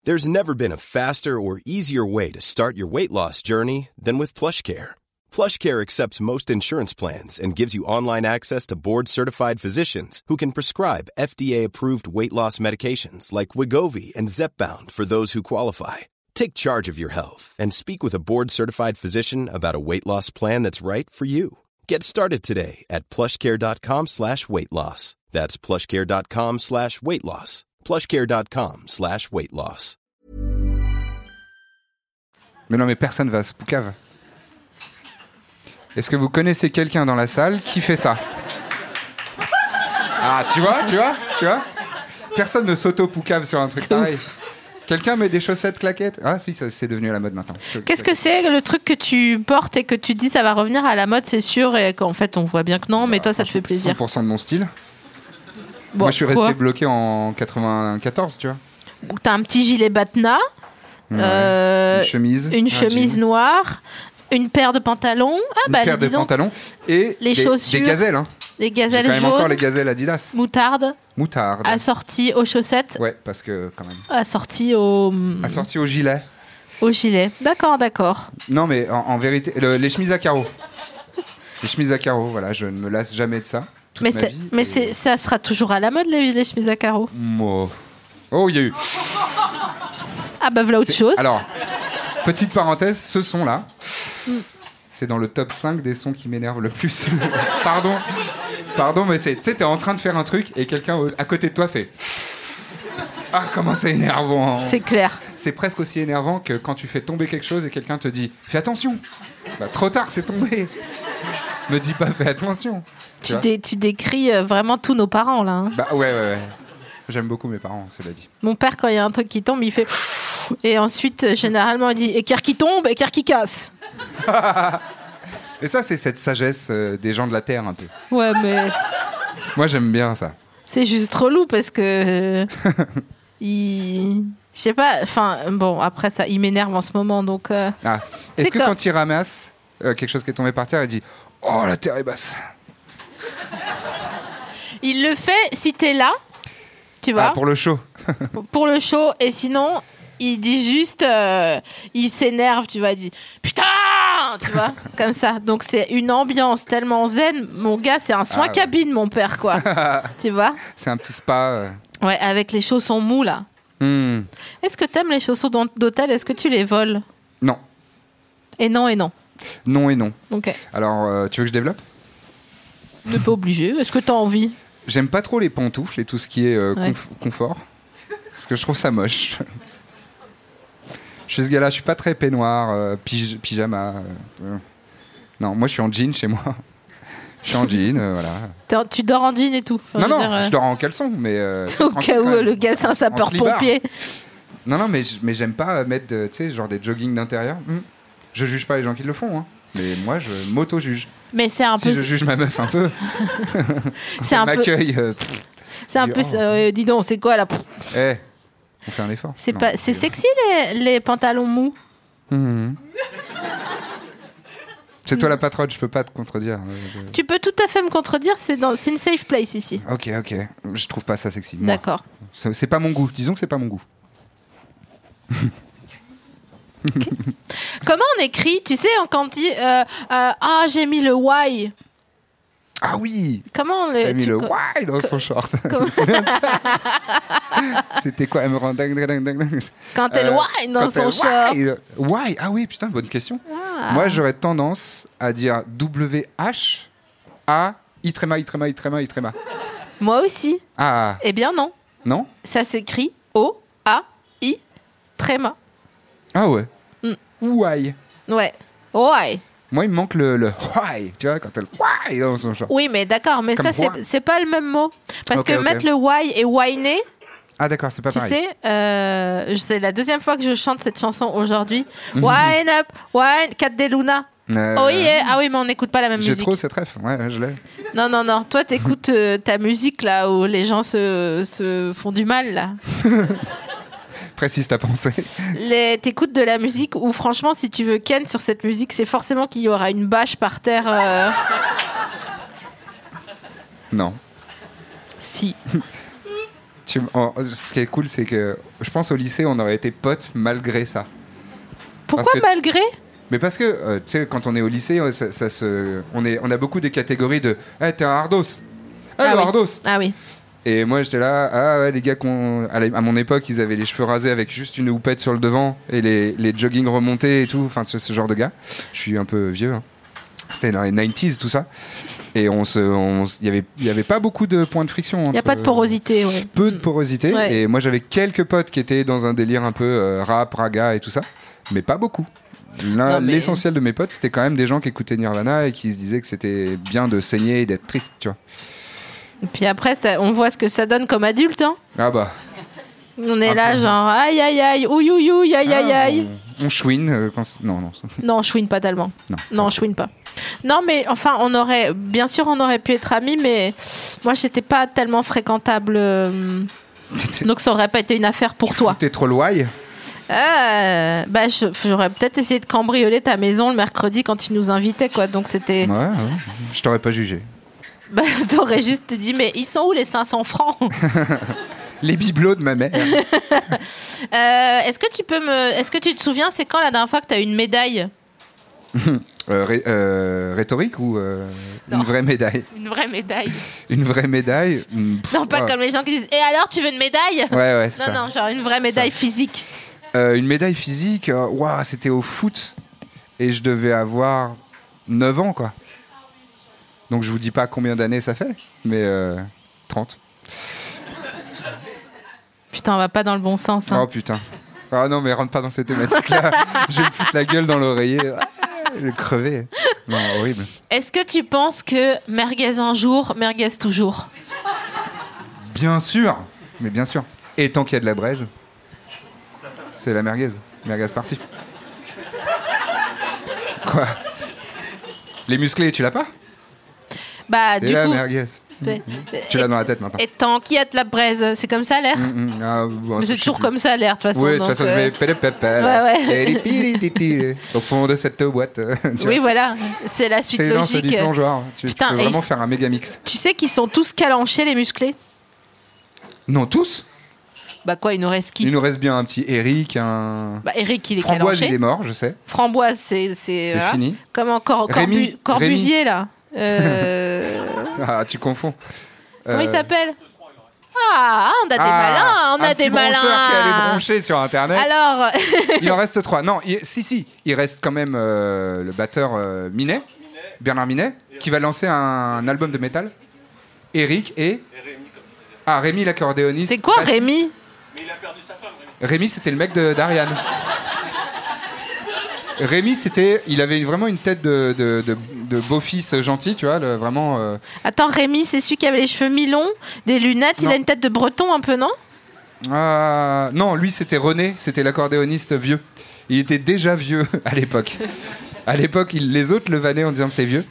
Speaker 4: There's never been a faster or easier way to start your weight loss journey than with PlushCare. PlushCare accepts most insurance plans and gives you online access to board-certified physicians who can prescribe FDA-approved weight loss medications like Wigovi and Zepbound for those who qualify. Take charge of your health and speak with a board-certified physician about a weight loss plan that's right for you. Get started today at plushcare.com slash weight loss. That's plushcare.com slash weight loss. plushcare.com slash weight loss.
Speaker 3: Mais non, mais personne va se poucave. Est-ce que vous connaissez quelqu'un dans la salle qui fait ça Ah, tu vois, tu vois, tu vois Personne ne s'auto-poucave sur un truc pareil. Quelqu'un met des chaussettes claquettes Ah si, ça, c'est devenu la mode maintenant.
Speaker 2: Qu'est-ce que c'est le truc que tu portes et que tu dis ça va revenir à la mode, c'est sûr, et qu'en fait on voit bien que non, mais
Speaker 3: Bah,
Speaker 2: toi ça te fait plaisir.
Speaker 3: 100% de mon style.
Speaker 2: Bon,
Speaker 3: Moi, je suis
Speaker 2: quoi
Speaker 3: resté bloqué en 94, tu vois.
Speaker 2: Donc, T'as un petit gilet batna, euh,
Speaker 3: une chemise.
Speaker 2: une
Speaker 3: un
Speaker 2: chemise
Speaker 3: jean,
Speaker 2: noire, une paire de pantalons, ah
Speaker 3: une
Speaker 2: bah
Speaker 3: paire
Speaker 2: dis
Speaker 3: de
Speaker 2: donc,
Speaker 3: pantalons et
Speaker 2: Les
Speaker 3: des,
Speaker 2: chaussures.
Speaker 3: des gazelles. Hein.
Speaker 2: des
Speaker 3: J'ai
Speaker 2: gazelles
Speaker 3: quand même encore
Speaker 2: jaunes, Ah,
Speaker 3: les gazelles Adidas.
Speaker 2: moutarde,
Speaker 3: Moutarde.
Speaker 2: assortie aux chaussettes,
Speaker 3: Ouais, parce que quand
Speaker 2: Hmm.
Speaker 3: même.
Speaker 2: assortie au,
Speaker 3: Assorti au gilet.
Speaker 2: au gilet. D'accord, d'accord.
Speaker 3: Non, mais en, en vérité, le- les chemises à carreaux. Les chemises à carreaux, voilà, je ne me lasse jamais de ça. toute
Speaker 2: Mais,
Speaker 3: ma
Speaker 2: c'est-
Speaker 3: vie,
Speaker 2: mais
Speaker 3: et- Mm.
Speaker 2: c'est- ça sera toujours à la mode les, les chemises à carreaux.
Speaker 3: Mo- Oh, il y a eu.
Speaker 2: Ah bah voilà autre
Speaker 3: C'est-
Speaker 2: chose.
Speaker 3: Alors, petite parenthèse, ce son-là,
Speaker 2: Mm.
Speaker 3: c'est dans le top 5 des sons qui m'énervent le plus. Pardon. Pardon, mais c'est. Tu sais, t'es en train de faire un truc et quelqu'un au- à côté de toi fait. Ah, comment c'est énervant
Speaker 2: C'est clair.
Speaker 3: C'est presque aussi énervant que quand tu fais tomber quelque chose et quelqu'un te dit Fais attention Bah, trop tard, c'est tombé Me dis pas, fais attention Tu
Speaker 2: Tu,
Speaker 3: vois
Speaker 2: dé- tu décris euh, vraiment tous nos parents là. hein.
Speaker 3: Bah, ouais, ouais, ouais. J'aime beaucoup mes parents, cela dit.
Speaker 2: Mon père, quand il y a un truc qui tombe, il fait. Et ensuite, euh, généralement, il dit équerre qui tombe, équerre qui casse.
Speaker 3: Et ça, c'est cette sagesse euh, des gens de la Terre, un peu.
Speaker 2: Ouais, mais
Speaker 3: Moi, j'aime bien ça.
Speaker 2: c'est juste relou parce que. euh, il. Je sais pas, enfin, bon, après ça, il m'énerve en ce moment donc. euh,
Speaker 3: Ah.
Speaker 2: C'est
Speaker 3: Est-ce que
Speaker 2: quand-
Speaker 3: quand il ramasse euh, quelque chose qui est tombé par terre, il dit Oh, la terre est basse
Speaker 2: Il le fait si t'es là, tu vois,
Speaker 3: Ah, pour le show.
Speaker 2: pour... le show, et sinon, il dit juste. euh, il s'énerve, tu vois, il dit putain Tu vois, comme ça. Donc c'est une ambiance tellement zen. Mon gars, c'est un soin
Speaker 3: Ah ouais.
Speaker 2: cabine, mon père, quoi. tu vois
Speaker 3: C'est un petit spa. euh.
Speaker 2: Ouais, avec les chaussons mous là.
Speaker 3: Hmm.
Speaker 2: Est-ce que t'aimes les chaussons d'hô- d'hôtel Est-ce que tu les voles
Speaker 3: Non.
Speaker 2: Et non, et non.
Speaker 3: Non et non.
Speaker 2: Ok.
Speaker 3: Alors, euh, tu veux que je développe
Speaker 2: T'es pas obligé. Est-ce que t'as envie
Speaker 3: J'aime pas trop les pantoufles et tout ce qui est euh,
Speaker 2: Ouais.
Speaker 3: conf- confort. Parce que je trouve ça moche. je suis ce gars-là, je suis pas très peignoir, euh, pige- pyjama. euh, euh. Non, moi je suis en jean chez moi. Je suis en jean, euh, voilà.
Speaker 2: T'es en- Tu dors en jean et tout Enfin, je
Speaker 3: non,
Speaker 2: veux
Speaker 3: non,
Speaker 2: dire, euh,
Speaker 3: je dors en caleçon, mais. euh,
Speaker 2: Au
Speaker 3: tranquille,
Speaker 2: cas où
Speaker 3: quand
Speaker 2: euh,
Speaker 3: même.
Speaker 2: le gars c'est
Speaker 3: En-
Speaker 2: un
Speaker 3: en slibard.
Speaker 2: sapeur-pompier.
Speaker 3: Non, non, mais, j- mais j'aime pas mettre, de- tu sais, genre des jogging d'intérieur. Hmm. Je juge pas les gens qui le font, hein. Mais moi, je m'auto-juge.
Speaker 2: Mais c'est un peu.
Speaker 3: Si je juge ma meuf un peu,
Speaker 2: C'est
Speaker 3: elle
Speaker 2: un peu.
Speaker 3: m'accueille. euh, pff,
Speaker 2: C'est un
Speaker 3: dit,
Speaker 2: peu.
Speaker 3: oh.
Speaker 2: euh, dis donc, c'est quoi là Pff,
Speaker 3: eh, on fait un effort.
Speaker 2: C'est
Speaker 3: Non,
Speaker 2: pas. C'est sexy les, les pantalons mous.
Speaker 3: Mhm. C'est toi la patronne, je peux pas te contredire. Euh,
Speaker 2: Tu peux tout à fait me contredire. C'est dans. C'est une safe place ici.
Speaker 3: je- Ok, ok. Je trouve pas ça sexy. moi.
Speaker 2: D'accord.
Speaker 3: C'est c'est pas mon goût. Disons que c'est pas mon goût.
Speaker 2: Comment on écrit Tu sais, on- quand on dit euh, euh, ah j'ai mis le Y.
Speaker 3: Ah oui
Speaker 2: Comment on le
Speaker 3: Elle a mis
Speaker 2: tu-
Speaker 3: le
Speaker 2: co-
Speaker 3: why dans son short.
Speaker 2: comment-
Speaker 3: C'était quoi Elle me rend dingue, dingue, dingue, dingue.
Speaker 2: Quand elle
Speaker 3: Euh,
Speaker 2: wine dans
Speaker 3: quand
Speaker 2: son
Speaker 3: elle
Speaker 2: short. Ah.
Speaker 3: wine. Why Ah oui, putain, bonne question. Moi, j'aurais tendance à dire WH à Itrema, Itrema, Itrema, Itrema.
Speaker 2: Moi aussi.
Speaker 3: Ah,
Speaker 2: Eh bien non.
Speaker 3: non
Speaker 2: Ça s'écrit O A I tréma.
Speaker 3: Ah ouais.
Speaker 2: Hmm.
Speaker 3: Why
Speaker 2: Ouais. Ouais.
Speaker 3: Moi, il me manque le, le why, tu vois, quand elle why dans son short.
Speaker 2: Oui, mais d'accord, mais
Speaker 3: Comme
Speaker 2: ça
Speaker 3: quoi.
Speaker 2: c'est- c'est pas le même mot parce
Speaker 3: Ok,
Speaker 2: que
Speaker 3: ok.
Speaker 2: mettre le why et whiner,
Speaker 3: Ah d'accord, c'est pas
Speaker 2: tu
Speaker 3: pareil.
Speaker 2: sais, euh, c'est la deuxième fois que je chante cette chanson aujourd'hui. Wine up, wine, Cat de Luna.
Speaker 3: Mhm. Euh,
Speaker 2: Oh yeah. ah oui, mais on n'écoute pas la même
Speaker 3: J'ai
Speaker 2: musique.
Speaker 3: trop cette ref. Ouais, ouais, je l'ai.
Speaker 2: Non, non, non. Toi, t'écoutes euh, ta musique là où les gens se, se font du mal là.
Speaker 3: Précise ta pensée.
Speaker 2: Les- T'écoutes de la musique où, franchement, si tu veux Ken sur cette musique, c'est forcément qu'il y aura une bâche par terre. euh,
Speaker 3: non.
Speaker 2: Si.
Speaker 3: Tu- en- ce qui est cool, c'est que je pense au lycée, on aurait été potes malgré ça.
Speaker 2: Pourquoi
Speaker 3: que-
Speaker 2: malgré
Speaker 3: Mais parce que, euh, tu sais, quand on est au lycée, euh, ça, ça se... on, est, on a beaucoup des catégories de Eh, t'es un hardos Eh,
Speaker 2: Ah
Speaker 3: le
Speaker 2: oui.
Speaker 3: hardos
Speaker 2: Ah oui.
Speaker 3: Et moi, j'étais là, ah ouais, les gars, qu'on... À, la- à mon époque, ils avaient les cheveux rasés avec juste une houppette sur le devant et les, les joggings remontés et tout, enfin, ce, ce genre de gars. Je suis un peu vieux. hein. C'était dans les 90s, tout ça. Et on se, on se- il y avait, il y avait pas beaucoup de points de friction.
Speaker 2: Il n'y a pas de porosité, ouais.
Speaker 3: peu de porosité.
Speaker 2: Ouais.
Speaker 3: Et moi, j'avais quelques potes qui étaient dans un délire un peu euh, rap, raga et tout ça, mais pas beaucoup. L'un-
Speaker 2: Non, mais-
Speaker 3: L'essentiel de mes potes, c'était quand même des gens qui écoutaient Nirvana et qui se disaient que c'était bien de saigner et d'être triste, tu vois.
Speaker 2: Et puis après, ça- on voit ce que ça donne comme adulte. Hein.
Speaker 3: Ah bah,
Speaker 2: On est là, genre, aïe, aïe, aïe, ouïe, ouïe, ouïe, aïe, aïe,
Speaker 3: ah,
Speaker 2: aïe.
Speaker 3: On, on chouine. euh, quand c'est- non, non.
Speaker 2: Non, je chouine pas tellement.
Speaker 3: Non.
Speaker 2: je chouine pas. Non, mais enfin, on aurait, bien sûr, on aurait pu être amis, mais moi, j'étais pas tellement fréquentable. euh, Donc, ça aurait pas été une affaire pour toi.
Speaker 3: T'es trop loin.
Speaker 2: Euh, bah, je- j'aurais peut-être essayé de cambrioler ta maison le mercredi quand tu nous invitais, quoi. Donc, c'était.
Speaker 3: Ouais, ouais, je t'aurais pas jugé.
Speaker 2: Bah, t'aurais juste dit, mais ils sont où les 500 francs
Speaker 3: Les bibelots de ma mère.
Speaker 2: Euh, Est-ce que tu peux me. Est-ce que tu te souviens, c'est quand la dernière fois que t'as eu une médaille
Speaker 3: Euh, ré- euh, rhétorique ou euh,
Speaker 2: Non.
Speaker 3: une vraie médaille
Speaker 2: Une vraie médaille
Speaker 3: Une vraie médaille hmm, pff,
Speaker 2: Non, pas
Speaker 3: ah.
Speaker 2: comme les gens qui disent Et alors, tu veux une médaille
Speaker 3: Ouais, ouais, c'est
Speaker 2: Non,
Speaker 3: ça.
Speaker 2: non, genre une vraie médaille physique.
Speaker 3: Euh, une médaille physique, euh, ouah, c'était au foot et je devais avoir 9 ans quoi. Donc je vous dis pas combien d'années ça fait, mais euh, 30.
Speaker 2: Putain, on va pas dans le bon sens. hein.
Speaker 3: Oh putain. Ah non mais rentre pas dans ces thématiques là. je vais me foutre la gueule dans l'oreiller. Ah, Je vais crever. Non, horrible.
Speaker 2: Est-ce que tu penses que merguez un jour, merguez toujours
Speaker 3: Bien sûr. Mais bien sûr. Et tant qu'il y a de la braise, c'est la merguez. Merguez partie. Quoi Les musclés, tu l'as pas
Speaker 2: Bah,
Speaker 3: C'est
Speaker 2: du
Speaker 3: la
Speaker 2: coup. ben,
Speaker 3: merguez. Tu l'as dans la tête maintenant.
Speaker 2: Et tant qu'il y a de la braise, c'est comme ça l'air
Speaker 3: Mm, ah, bon,
Speaker 2: Mais
Speaker 3: je
Speaker 2: c'est
Speaker 3: sais
Speaker 2: toujours
Speaker 3: plus.
Speaker 2: comme ça l'air, de toute façon.
Speaker 3: Oui, de toute
Speaker 2: donc,
Speaker 3: façon, je
Speaker 2: euh,
Speaker 3: vais pépépépé.
Speaker 2: Ouais, ouais.
Speaker 3: Et les pirititis, Au fond de cette boîte. euh, tu
Speaker 2: Oui,
Speaker 3: vois.
Speaker 2: voilà, c'est la suite
Speaker 3: C'est dans ce
Speaker 2: logique.
Speaker 3: plongeoir. hein. Tu, tu
Speaker 2: Putain,
Speaker 3: peux
Speaker 2: et
Speaker 3: vraiment
Speaker 2: ils-
Speaker 3: faire un méga mix.
Speaker 2: Tu sais qu'ils sont tous calanchés, les musclés
Speaker 3: Non, tous.
Speaker 2: Bah quoi, il nous reste qui
Speaker 3: Il nous reste bien un petit Eric, un.
Speaker 2: Bah, Eric, il est
Speaker 3: Framboise,
Speaker 2: calanché.
Speaker 3: il est mort, je sais.
Speaker 2: Framboise, c'est. C'est
Speaker 3: C'est
Speaker 2: voilà.
Speaker 3: fini.
Speaker 2: Comme encore
Speaker 3: Rémi, Rémi.
Speaker 2: Corbusier, là. Euh,
Speaker 3: Ah, tu confonds.
Speaker 2: Comment il
Speaker 3: Euh,
Speaker 2: s'appelle hein, Ah, on a des
Speaker 3: ah,
Speaker 2: malins, on a
Speaker 3: un petit
Speaker 2: des
Speaker 3: broncheur qui allait
Speaker 2: malins.
Speaker 3: broncher sur Internet.
Speaker 2: Alors,
Speaker 3: Il en reste trois. Non, il- si, si. Il reste quand même euh, le batteur euh, Minet, Bernard Minet, qui va lancer un album de métal. Eric et. Ah, Rémi l'accordéoniste.
Speaker 2: c'est quoi
Speaker 3: bassiste.
Speaker 2: Rémi
Speaker 3: Rémi, c'était le mec de- d'Ariane. Rémi, c'était. Il avait vraiment une tête de, de- de- de beau-fils gentil, tu vois, le- vraiment. euh,
Speaker 2: Attends, Rémi, c'est celui qui avait les cheveux mi-longs, des lunettes, il
Speaker 3: Non.
Speaker 2: a une tête de breton un peu, non
Speaker 3: Ah, non, lui c'était René, c'était l'accordéoniste vieux. Il était déjà vieux à l'époque. à l'époque, il- les autres le vannaient en disant que t'es vieux.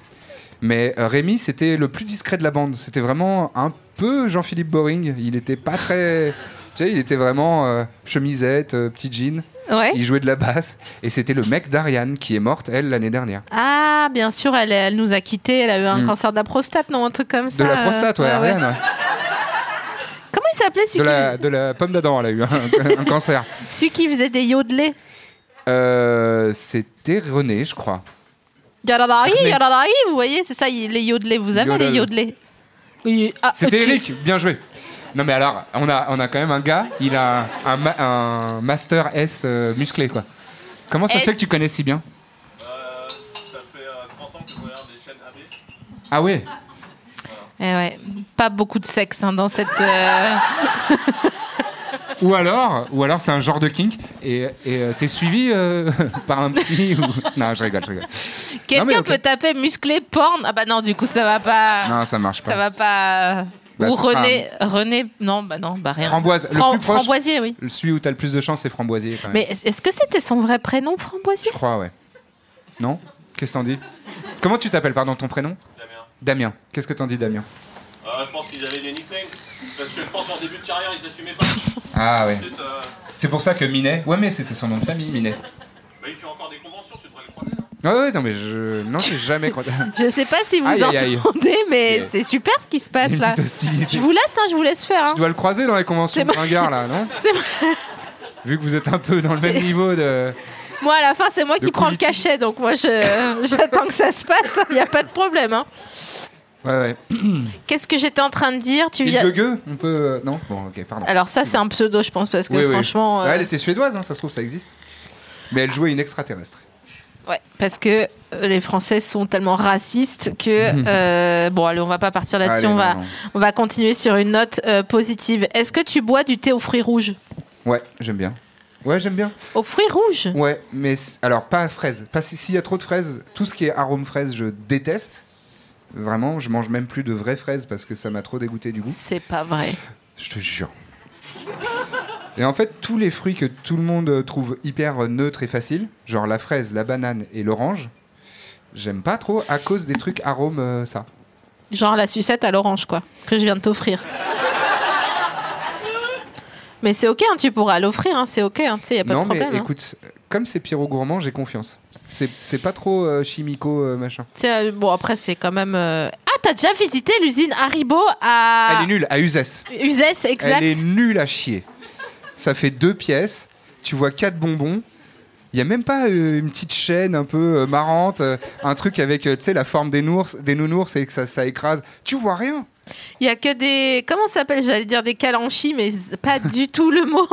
Speaker 3: Mais euh, Rémi, c'était le plus discret de la bande. C'était vraiment un peu Jean-Philippe Boring. Il était pas très. Tu sais, il était vraiment euh, chemisette, euh, petit jean.
Speaker 2: Ouais.
Speaker 3: Il jouait de la basse. Et c'était le mec d'Ariane qui est morte, elle, l'année dernière.
Speaker 2: Ah, bien sûr, elle, elle nous a quittés, elle a eu un cancer de la prostate, non Un truc comme
Speaker 3: Hmm. De
Speaker 2: ça.
Speaker 3: la
Speaker 2: euh,
Speaker 3: prostate, ouais,
Speaker 2: ouais, ouais.
Speaker 3: Ariane. ouais.
Speaker 2: Comment il s'appelait celui,
Speaker 3: De, la,
Speaker 2: qui-
Speaker 3: de la pomme d'Adam, elle a eu hein. un- un cancer.
Speaker 2: celui qui faisait des yodelés
Speaker 3: Euh, c'était René, je crois.
Speaker 2: Yadadari,
Speaker 3: Mais-
Speaker 2: yadadari, vous voyez, c'est ça, il- les yodelés, vous avez
Speaker 3: Yodel.
Speaker 2: les yodelés Oui, ah,
Speaker 3: C'était
Speaker 2: ok.
Speaker 3: Eric, bien joué. Non mais alors, on a, on a quand même un gars, il a un, ma- un master S euh, musclé quoi. Comment ça se
Speaker 2: S.
Speaker 3: fait que tu connais si bien
Speaker 5: Ça fait euh, 30 ans que je regarde les chaînes AB.
Speaker 3: Ah ouais
Speaker 2: Eh ouais, pas beaucoup de sexe hein, dans cette. euh,
Speaker 3: Ou alors, ou alors c'est un genre de kink et et, euh, t'es suivi euh, par un petit ou... Non, je rigole, je rigole. Non, mais
Speaker 2: Quelqu'un
Speaker 3: ok.
Speaker 2: peut taper musclé porn Ah bah non, du coup ça va pas.
Speaker 3: Non, ça marche
Speaker 2: ça
Speaker 3: pas.
Speaker 2: va pas.
Speaker 3: Bah,
Speaker 2: Ou
Speaker 3: ce sera
Speaker 2: René, René, non bah non, bah rien.
Speaker 3: Framboise, le
Speaker 2: Fram-
Speaker 3: plus proche-
Speaker 2: Framboisier, oui.
Speaker 3: Celui où t'as le plus de chance, c'est Framboisier quand même.
Speaker 2: Mais est-ce que c'était son vrai prénom, Framboisier
Speaker 3: Je crois, ouais. Non Qu'est-ce que t'en dis Comment tu t'appelles, pardon, ton prénom
Speaker 5: Damien.
Speaker 3: Damien. Qu'est-ce que t'en dis, Damien
Speaker 5: Euh, je pense qu'ils avaient des nicknames. Parce que je pense qu'en début de carrière, ils assumaient pas.
Speaker 3: Ah ouais.
Speaker 5: Ensuite, euh,
Speaker 3: C'est pour ça que Minet. Ouais, mais c'était son nom de famille, Minet.
Speaker 5: bah, ils font encore des conventions, tu devrais le croiser. hein.
Speaker 3: Ouais, Ah ouais, non, mais je. Non, j'ai jamais croisé.
Speaker 2: Je sais pas si vous
Speaker 3: Aïe, aïe, aïe.
Speaker 2: entendez, mais
Speaker 3: Yeah.
Speaker 2: c'est super ce qui se passe
Speaker 3: Une
Speaker 2: là.
Speaker 3: petite hostilité.
Speaker 2: Ah, Je vous laisse, hein, je vous laisse faire. hein.
Speaker 3: Tu dois le croiser dans les
Speaker 2: C'est
Speaker 3: conventions de
Speaker 2: moi.
Speaker 3: ringard, là, non
Speaker 2: C'est moi-
Speaker 3: Vu que vous êtes un peu dans le même
Speaker 2: C'est-
Speaker 3: niveau de.
Speaker 2: Moi, à la fin, c'est moi qui prends le
Speaker 3: Coolity.
Speaker 2: cachet, donc moi, je- j'attends que ça se passe. Il n'y a pas de problème. hein.
Speaker 3: Ouais, ouais.
Speaker 2: Qu'est-ce que j'étais en train de dire Tu
Speaker 3: Il
Speaker 2: viens.
Speaker 3: gueugue, on peut. euh, Non Bon, ok, pardon.
Speaker 2: Alors ça, c'est un pseudo, je pense, parce que
Speaker 3: Oui, oui.
Speaker 2: franchement, euh,
Speaker 3: Ouais, elle était suédoise, hein, ça se trouve, ça existe. Mais elle jouait une extraterrestre.
Speaker 2: ouais, parce que euh, les Français sont tellement racistes que euh, bon, allez, on va pas partir là-dessus.
Speaker 3: Allez,
Speaker 2: On va,
Speaker 3: non, non.
Speaker 2: on va continuer sur une note euh, positive. Est-ce que tu bois du thé aux fruits rouges
Speaker 3: Ouais, j'aime bien. Ouais, j'aime bien.
Speaker 2: Aux fruits rouges
Speaker 3: Ouais, mais c- alors pas à fraises. Pas si- s'il y a trop de fraises, tout ce qui est arôme fraise, je déteste. Vraiment, je mange même plus de vraies fraises parce que ça m'a trop dégoûté du goût.
Speaker 2: C'est pas vrai.
Speaker 3: Je te jure. Et en fait, tous les fruits que tout le monde euh, trouve hyper euh, neutres et faciles, genre la fraise, la banane et l'orange, j'aime pas trop à cause des trucs arômes euh, ça.
Speaker 2: Genre la sucette à l'orange, quoi, que je viens de t'offrir. mais c'est ok, hein, tu pourras l'offrir, hein, c'est ok, hein, tu sais, y a pas
Speaker 3: non,
Speaker 2: de
Speaker 3: mais
Speaker 2: problème. hein.
Speaker 3: écoute, comme c'est Pierrot Gourmand, j'ai confiance. C'est c'est pas trop euh, chimico euh, machin.
Speaker 2: Tu sais, euh, bon, après, c'est quand même. euh, Ah, t'as déjà visité l'usine Haribo à
Speaker 3: Elle est nulle à Uzès.
Speaker 2: Uzès, Ah. exact.
Speaker 3: Elle est nulle à chier. Ça fait deux pièces. Tu vois quatre bonbons. Il y a même pas euh, une petite chaîne un peu euh, marrante, euh, un truc avec euh, tu sais la forme des nounours, des nounours et que ça, ça écrase. Tu vois rien.
Speaker 2: Il y a que des comment ça s'appelle J'allais dire des calanchis, mais c'est pas du tout le mot.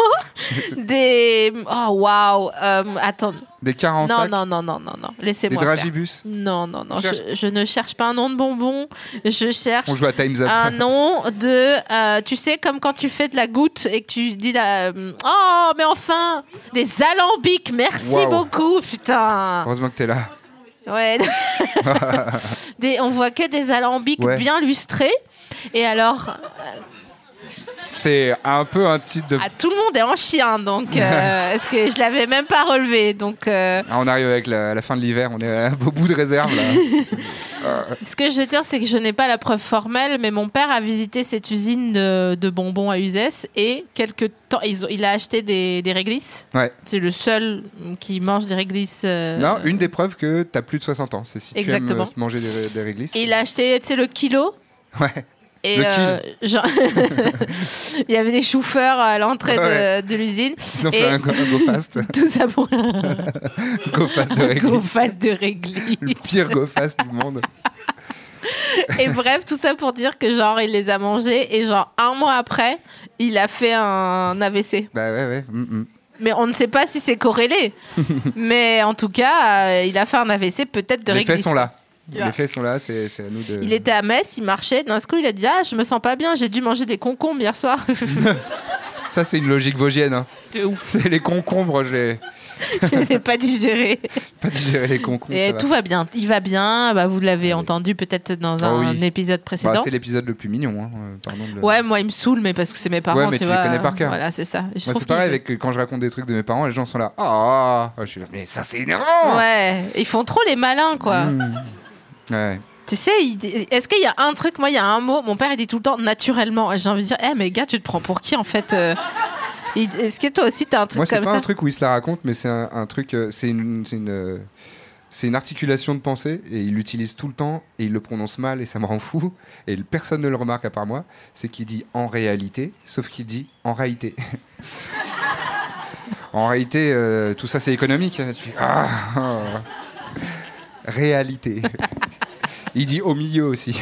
Speaker 2: des oh waouh. Euh, attends.
Speaker 3: Des carences,
Speaker 2: Non non non non non non.
Speaker 3: des
Speaker 2: Laissez-moi faire.
Speaker 3: dragibus.
Speaker 2: Non non non.
Speaker 3: Cherche.
Speaker 2: Je, je ne cherche pas un nom de bonbon. Je cherche
Speaker 3: On joue à Times Up.
Speaker 2: un nom Ah, de euh, tu sais comme quand tu fais de la goutte et que tu dis la oh mais enfin des alambics. Merci
Speaker 3: Waouh.
Speaker 2: beaucoup putain.
Speaker 3: Heureusement que t'es là.
Speaker 2: Ouais. Des- on voit que des alambics
Speaker 3: Ouais.
Speaker 2: bien lustrés. Et alors,
Speaker 3: C'est un peu un titre de.
Speaker 2: Ah, tout le monde est en chien, donc euh, est-ce que je l'avais même pas relevé Donc, euh,
Speaker 3: Ah, on arrive avec la, la fin de l'hiver, on est au bout de réserve là.
Speaker 2: ce que je veux dire, c'est que je n'ai pas la preuve formelle, mais mon père a visité cette usine de, de bonbons à Uzès et quelque temps, ils ont- il a acheté des, des réglisses.
Speaker 3: Ouais.
Speaker 2: C'est le seul qui mange des réglisses. euh,
Speaker 3: Non, une des preuves que t'as plus de 60 ans, c'est si tu aimes
Speaker 2: Exactement.
Speaker 3: euh, manger des, des réglisses.
Speaker 2: Et il a acheté, tu sais, le kilo.
Speaker 3: Ouais.
Speaker 2: Et
Speaker 3: Le
Speaker 2: euh, genre- il y avait des chauffeurs à l'entrée de-
Speaker 3: Ouais.
Speaker 2: de, l'usine.
Speaker 3: Ils ont fait
Speaker 2: Et-
Speaker 3: un go, un go fast,
Speaker 2: Tout ça pour un
Speaker 3: go fast de réglisse.
Speaker 2: gros face de réglisse.
Speaker 3: Le pire gofasse du monde.
Speaker 2: Et bref, tout ça pour dire que genre il les a mangés et genre un mois après, il a fait un AVC.
Speaker 3: Bah ouais, ouais. mm, mm.
Speaker 2: Mais on ne sait pas si c'est corrélé. Mais en tout cas, euh, il a fait un AVC peut-être de
Speaker 3: Les faits
Speaker 2: réglisse.
Speaker 3: sont là.
Speaker 2: Tu vois.
Speaker 3: Les faits sont là, c'est c'est à nous de.
Speaker 2: Il était à Metz, il marchait, d'un coup il a dit "Ah, je me sens pas bien, j'ai dû manger des concombres hier soir."
Speaker 3: Ça, c'est une logique vosgienne. hein. C'est les concombres, je l'ai
Speaker 2: je les ai pas digérés.
Speaker 3: pas digéré les concombres.
Speaker 2: et
Speaker 3: ça
Speaker 2: tout va bien, il va bien, bah vous l'avez entendu peut-être dans un
Speaker 3: Ah oui.
Speaker 2: épisode
Speaker 3: Bah,
Speaker 2: précédent.
Speaker 3: c'est l'épisode le plus mignon, hein, euh, pardon. de le-
Speaker 2: Ouais, moi, il me saoule, mais parce que c'est mes parents,
Speaker 3: Ouais, mais
Speaker 2: tu
Speaker 3: tu les
Speaker 2: vois.
Speaker 3: connais par cœur.
Speaker 2: Voilà, c'est ça. Je
Speaker 3: Moi,
Speaker 2: trouve
Speaker 3: c'est pareil
Speaker 2: qu'ils-
Speaker 3: avec quand je raconte des trucs de mes parents, les gens sont là. Ah, Ah, je suis là, mais ça c'est énervant.
Speaker 2: Ouais, ils font trop les malins, quoi.
Speaker 3: Mm. Ouais.
Speaker 2: Tu sais, il- est-ce qu'il y a un truc Moi, il y a un mot. Mon père, il dit tout le temps naturellement. Et J'ai envie de dire, eh, mais gars, tu te prends pour qui en fait euh Il- Est-ce que toi aussi, t'as un truc
Speaker 3: Moi, c'est
Speaker 2: comme
Speaker 3: pas
Speaker 2: ça
Speaker 3: un truc où il se la raconte, mais c'est un, un truc. euh, C'est une. C'est une euh, c'est une articulation de pensée et il l'utilise tout le temps et il le prononce mal et ça me rend fou et le- personne ne le remarque à part moi. C'est qu'il dit en réalité, sauf qu'il dit en réalité. en réalité, euh, tout ça c'est économique. hein. Tu fais, ah, ah. réalité. il dit au milieu aussi.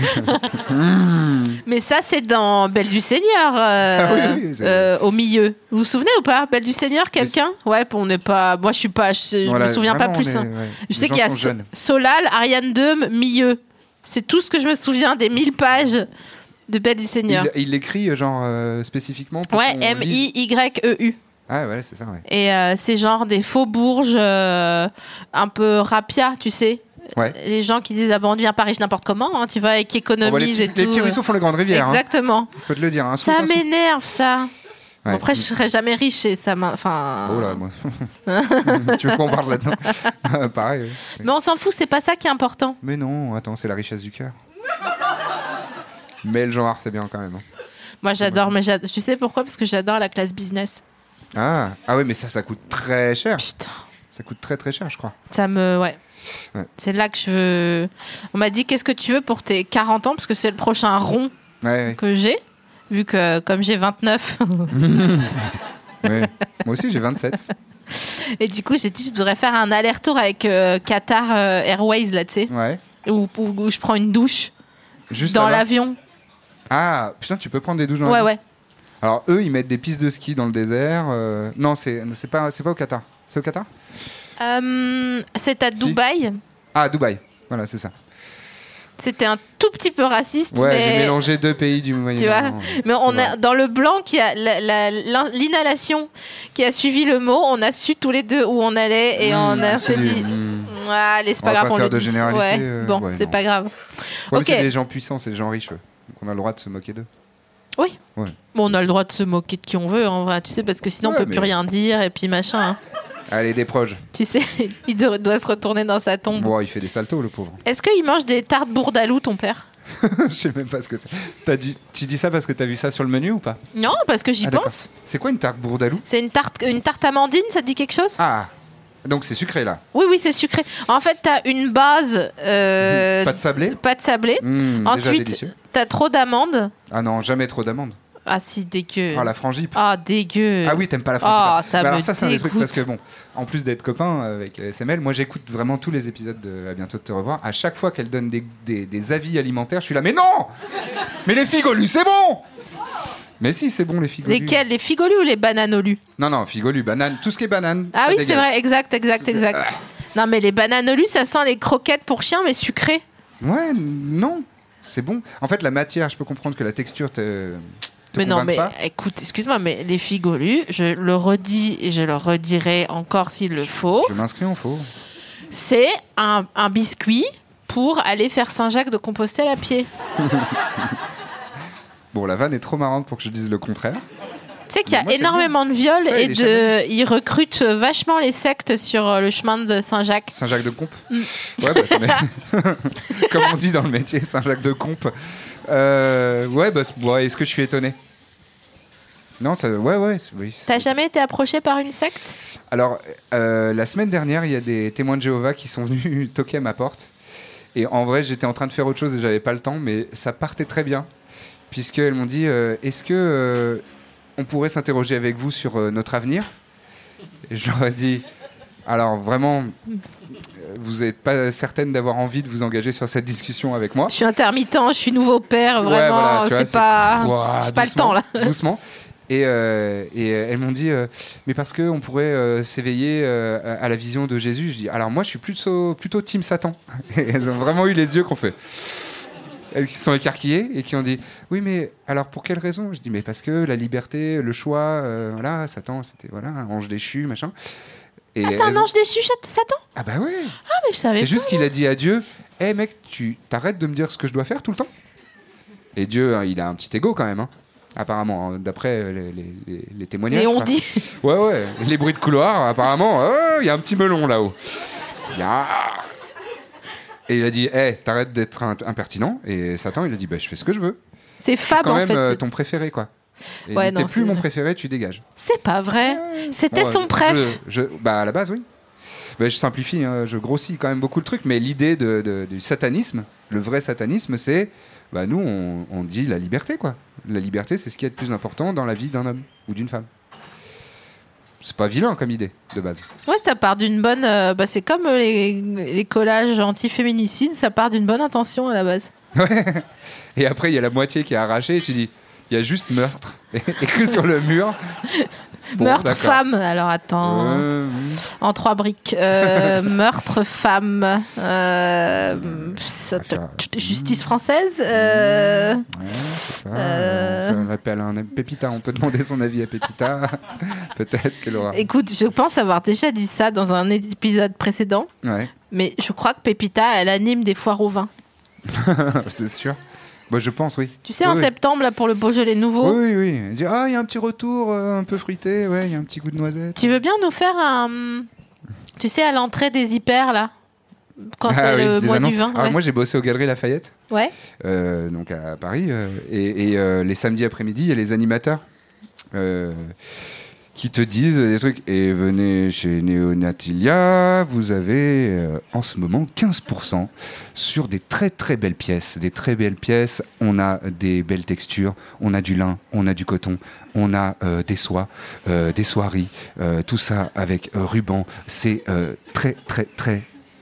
Speaker 2: Mais ça, c'est dans Belle du Seigneur, euh,
Speaker 3: Ah oui, oui, oui, c'est-
Speaker 2: euh, au milieu. Vous vous souvenez ou pas Belle du Seigneur, quelqu'un Ouais, on n'est pas. Moi, je suis pas. Je, je
Speaker 3: Voilà,
Speaker 2: me souviens pas
Speaker 3: vraiment,
Speaker 2: plus.
Speaker 3: on est-
Speaker 2: hein.
Speaker 3: ouais.
Speaker 2: Je
Speaker 3: Les
Speaker 2: sais
Speaker 3: gens
Speaker 2: qu'il y a
Speaker 3: sont
Speaker 2: So-
Speaker 3: jeunes.
Speaker 2: Solal, Ariane Deum, milieu. C'est tout ce que je me souviens des 1000 pages de Belle du Seigneur.
Speaker 3: Il- Il l'écrit genre euh, spécifiquement. pour
Speaker 2: Ouais,
Speaker 3: qu'on lise.
Speaker 2: M-I-Y-E-U.
Speaker 3: Ah ouais, c'est ça. Ouais.
Speaker 2: E Et euh, c'est genre des faux bourges euh, un peu rapia, tu sais.
Speaker 3: Ouais.
Speaker 2: Les gens qui disent ah bon, on devient à Paris n'importe comment, hein, tu vois, et qui
Speaker 3: Oh, bah, les,
Speaker 2: économisent
Speaker 3: petits-
Speaker 2: et tout. euh,
Speaker 3: les petits ruisseaux font les grandes rivières. hein.
Speaker 2: Exactement.
Speaker 3: Je peux te le dire. Un
Speaker 2: Ça
Speaker 3: sou, un sou.
Speaker 2: m'énerve ça.
Speaker 3: Ouais.
Speaker 2: Après, je serai jamais riche et ça m'in- enfin.
Speaker 3: Oh là, moi. tu veux qu'on parle là-dedans Pareil. ouais.
Speaker 2: Mais on s'en fout, c'est pas ça qui est important.
Speaker 3: Mais non, attends, c'est la richesse du cœur. Mais le genre, c'est bien quand même. hein.
Speaker 2: Moi, j'adore, mais j'ad- tu sais pourquoi Parce que j'adore la classe business.
Speaker 3: Ah, ah ouais, mais ça, ça coûte très cher.
Speaker 2: Putain.
Speaker 3: Ça coûte très très cher, je crois.
Speaker 2: Ça me. Ouais.
Speaker 3: Ouais.
Speaker 2: C'est là que je veux. On m'a dit qu'est-ce que tu veux pour tes 40 ans Parce que c'est le prochain rond
Speaker 3: Ouais,
Speaker 2: que j'ai. Vu que comme j'ai 29.
Speaker 3: ouais, ouais. Moi aussi, j'ai 27.
Speaker 2: et du coup, j'ai dit, je devrais faire un aller-retour avec euh, Qatar euh, Airways, là, tu sais.
Speaker 3: Ouais.
Speaker 2: Où, où- où je prends une douche
Speaker 3: Juste
Speaker 2: dans
Speaker 3: là-bas.
Speaker 2: l'avion.
Speaker 3: Ah, putain, tu peux prendre des douches dans
Speaker 2: Ouais,
Speaker 3: l'avion.
Speaker 2: ouais.
Speaker 3: Alors, eux, ils mettent des pistes de ski dans le désert. euh, Non, c'est c'est pas, c'est pas au Qatar. C'est au Qatar
Speaker 2: Euh, c'est à Dubaï.
Speaker 3: Ah, à Dubaï. Voilà, c'est ça.
Speaker 2: C'était un tout petit peu raciste,
Speaker 3: Ouais, j'ai
Speaker 2: mais.
Speaker 3: mélangé deux pays du
Speaker 2: Tu vois,
Speaker 3: Moyen-Orient.
Speaker 2: mais on
Speaker 3: C'est
Speaker 2: a dans le blanc qui a la- la- l'in- l'inhalation qui a suivi le mot, on a su tous les deux où on allait et
Speaker 3: Mmh,
Speaker 2: on a-
Speaker 3: c'est
Speaker 2: s'est
Speaker 3: des-
Speaker 2: dit,
Speaker 3: mmh.
Speaker 2: Ah, allez, c'est
Speaker 3: On
Speaker 2: pas
Speaker 3: va
Speaker 2: grave,
Speaker 3: pas
Speaker 2: on
Speaker 3: faire
Speaker 2: le
Speaker 3: de
Speaker 2: dit.
Speaker 3: généralité,
Speaker 2: Ouais,
Speaker 3: euh,
Speaker 2: bon,
Speaker 3: ouais,
Speaker 2: c'est
Speaker 3: non.
Speaker 2: pas grave.
Speaker 3: Ouais, mais
Speaker 2: Ok.
Speaker 3: C'est des gens puissants, c'est des gens riches. eux. Donc, on a le droit de se moquer d'eux.
Speaker 2: Oui.
Speaker 3: Ouais.
Speaker 2: Bon, on a le droit de se moquer de qui on veut, en vrai, tu sais, parce que sinon
Speaker 3: Ouais,
Speaker 2: on peut
Speaker 3: mais-
Speaker 2: plus rien dire et puis machin. hein.
Speaker 3: Allez, des proches.
Speaker 2: Tu sais, il do- doit se retourner dans sa tombe.
Speaker 3: Bon, il fait des saltos, le pauvre.
Speaker 2: Est-ce qu'il mange des tartes bourdalou, ton père
Speaker 3: Je sais même pas ce que c'est. T'as dû- Tu dis ça parce que t'as vu ça sur le menu ou pas
Speaker 2: Non, parce que j'y
Speaker 3: Ah, d'accord.
Speaker 2: pense.
Speaker 3: C'est quoi une tarte bourdalou
Speaker 2: C'est une tarte, une tarte amandine, ça te dit quelque chose
Speaker 3: Ah, donc c'est sucré là.
Speaker 2: Oui, oui, c'est sucré. En fait, t'as une base. euh,
Speaker 3: Pas de sablé
Speaker 2: pas de sablé.
Speaker 3: Mmh, déjà
Speaker 2: Ensuite,
Speaker 3: délicieux.
Speaker 2: t'as trop d'amandes.
Speaker 3: Ah non, jamais trop d'amandes.
Speaker 2: Ah si, dégueu.
Speaker 3: Ah, la frangipe.
Speaker 2: Ah, dégueu.
Speaker 3: Ah oui, t'aimes pas la franchise.
Speaker 2: Ah,
Speaker 3: Ah,
Speaker 2: ça
Speaker 3: Bah
Speaker 2: me
Speaker 3: alors ça, c'est un des trucs
Speaker 2: dégoûte.
Speaker 3: parce que bon, en plus d'être copain euh, avec SML, moi j'écoute vraiment tous les épisodes de À bientôt de te revoir. À chaque fois qu'elle donne des, des- des avis alimentaires, je suis là, mais non Mais les figolus, c'est bon Mais si, c'est bon les figolus.
Speaker 2: Lesquels Les figolus ou les bananolus
Speaker 3: Non, non, figolus, banane, tout ce qui est banane.
Speaker 2: Ah
Speaker 3: ça
Speaker 2: oui, c'est
Speaker 3: dégage.
Speaker 2: vrai, exact, exact, exact.
Speaker 3: Ah.
Speaker 2: Non, mais les bananolus, ça sent les croquettes pour chiens, mais sucrées.
Speaker 3: Ouais, non, c'est bon. En fait, la matière, je peux comprendre que la texture te. te
Speaker 2: Mais non,
Speaker 3: convainc
Speaker 2: mais
Speaker 3: pas.
Speaker 2: écoute, excuse-moi, mais les figolus, je le redis et je le redirai encore s'il le faut,
Speaker 3: Je m'inscris en faux.
Speaker 2: c'est un, un biscuit pour aller faire Saint-Jacques de Compostelle à pied.
Speaker 3: Bon, la vanne est trop marrante pour que je dise le contraire.
Speaker 2: Tu sais qu'il y a
Speaker 3: Moi, j'aime
Speaker 2: énormément de viols
Speaker 3: Ça, il
Speaker 2: et
Speaker 3: est
Speaker 2: de, ils recrutent vachement les sectes sur euh, le chemin de Saint-Jacques.
Speaker 3: Saint-Jacques de Compe. Ouais, bah, c'est ma- comme on dit dans le métier, Saint-Jacques de Compe. Euh, ouais, bah, c'est- ouais, est-ce que je suis étonné Non, ça, ouais, ouais, c'est- oui. c'est-
Speaker 2: T'as jamais été approché par une secte
Speaker 3: Alors, euh, la semaine dernière, il y a des témoins de Jéhovah qui sont venus toquer à ma porte. Et en vrai, j'étais en train de faire autre chose et j'avais pas le temps, mais ça partait très bien. Puisqu'elles m'ont dit euh, Est-ce que euh, on pourrait s'interroger avec vous sur euh, notre avenir Et je leur ai dit Alors, vraiment, euh, vous n'êtes pas certaine d'avoir envie de vous engager sur cette discussion avec moi
Speaker 2: Je suis intermittent, je suis nouveau père,
Speaker 3: Ouais, voilà,
Speaker 2: vraiment,
Speaker 3: tu vois,
Speaker 2: c'est pas,
Speaker 3: Ouah,
Speaker 2: Ah, j'ai pas le
Speaker 3: doucement,
Speaker 2: temps là.
Speaker 3: Doucement. Et, euh, et euh, elles m'ont dit, euh, mais parce qu'on pourrait euh, s'éveiller euh, à la vision de Jésus. Je dis, alors moi, je suis plutôt, plutôt Team Satan. Et elles ont vraiment eu les yeux qu'on fait. Elles qui se sont écarquillées et qui ont dit, oui, mais alors pour quelle raison Je dis, mais parce que la liberté, le choix, euh, voilà, Satan, c'était voilà, un ange déchu, machin. Et
Speaker 2: Ah, c'est un
Speaker 3: elles ont-
Speaker 2: ange déchu, Chat- Satan
Speaker 3: Ah bah ouais
Speaker 2: Ah, mais je savais
Speaker 3: c'est
Speaker 2: pas.
Speaker 3: juste qu'il a dit à Dieu Hé mec, tu t'arrêtes de me dire ce que je dois faire tout le temps Et Dieu, hein, il a un petit ego quand même, hein. apparemment, hein, d'après euh, les, les- les- les témoignages.
Speaker 2: Mais
Speaker 3: je
Speaker 2: on
Speaker 3: crois.
Speaker 2: dit.
Speaker 3: Ouais, ouais, les bruits de couloir, apparemment, euh, il y a un petit melon là-haut. Il y a un- Et il a dit Hé, t'arrêtes d'être un- impertinent. Et Satan, il a dit Bah, je fais ce que je veux.
Speaker 2: C'est fab
Speaker 3: quand
Speaker 2: Ah bah, en
Speaker 3: même
Speaker 2: fait.
Speaker 3: euh,
Speaker 2: c'est-
Speaker 3: ton préféré, quoi. Et
Speaker 2: Ouais,
Speaker 3: il dit,
Speaker 2: non,
Speaker 3: T'es plus
Speaker 2: c'est
Speaker 3: mon
Speaker 2: vrai.
Speaker 3: préféré, tu dégages.
Speaker 2: C'est pas vrai. C'était
Speaker 3: Bon, euh,
Speaker 2: son préf.
Speaker 3: je- je- Bah à la base oui. Bah, je simplifie, hein, je grossis quand même beaucoup le truc, mais l'idée de- de- du satanisme, le vrai satanisme, c'est bah nous on, on dit la liberté quoi. La liberté c'est ce qui est de plus important dans la vie d'un homme ou d'une femme. C'est pas vilain comme idée de base.
Speaker 2: Ouais, ça part d'une bonne. euh, bah, c'est comme euh, les, les collages anti-féminicides, ça part d'une bonne intention à la base.
Speaker 3: Et après il y a la moitié qui est arrachée et tu dis il y a juste meurtre écrit sur le mur. Bon,
Speaker 2: meurtre
Speaker 3: d'accord.
Speaker 2: femme, alors attends.
Speaker 3: Euh,
Speaker 2: En trois briques. Euh, meurtre, femme, euh, ça-
Speaker 3: Affaire-
Speaker 2: justice française. euh,
Speaker 3: ouais, c'est ça,
Speaker 2: Euh.
Speaker 3: on fait un appel à un Pépita, on peut demander son avis à Pépita. Peut-être qu'elle aura.
Speaker 2: Écoute, je pense avoir déjà dit ça dans un épisode précédent,
Speaker 3: Ouais.
Speaker 2: mais je crois que Pépita, elle anime des foires au vin.
Speaker 3: C'est sûr. Bah, je pense, oui.
Speaker 2: Tu sais,
Speaker 3: Oui,
Speaker 2: en
Speaker 3: oui.
Speaker 2: septembre, là, pour le Beaujolais nouveau,
Speaker 3: Oui, oui, oui. Il dit, ah, il y a un petit retour euh, un peu fruité, ouais, il y a un petit goût de noisette.
Speaker 2: tu veux bien nous faire un. Tu sais, à l'entrée des hyper, là quand
Speaker 3: Ah
Speaker 2: c'est
Speaker 3: oui,
Speaker 2: le
Speaker 3: les
Speaker 2: mois
Speaker 3: annonces.
Speaker 2: du vin,
Speaker 3: Alors,
Speaker 2: ouais.
Speaker 3: Moi, j'ai bossé aux Galeries Lafayette,
Speaker 2: Ouais.
Speaker 3: euh, donc à Paris, euh, et, et, euh, les samedis après-midi, il y a les animateurs euh, qui te disent des trucs. Et venez chez Neonatilia, vous avez euh, en ce moment 15% sur des très très belles pièces. Des très belles pièces, on a des belles textures, on a du lin, on a du coton, on a euh, des soies, euh, des soieries, euh, tout ça avec euh, ruban. C'est euh, très très très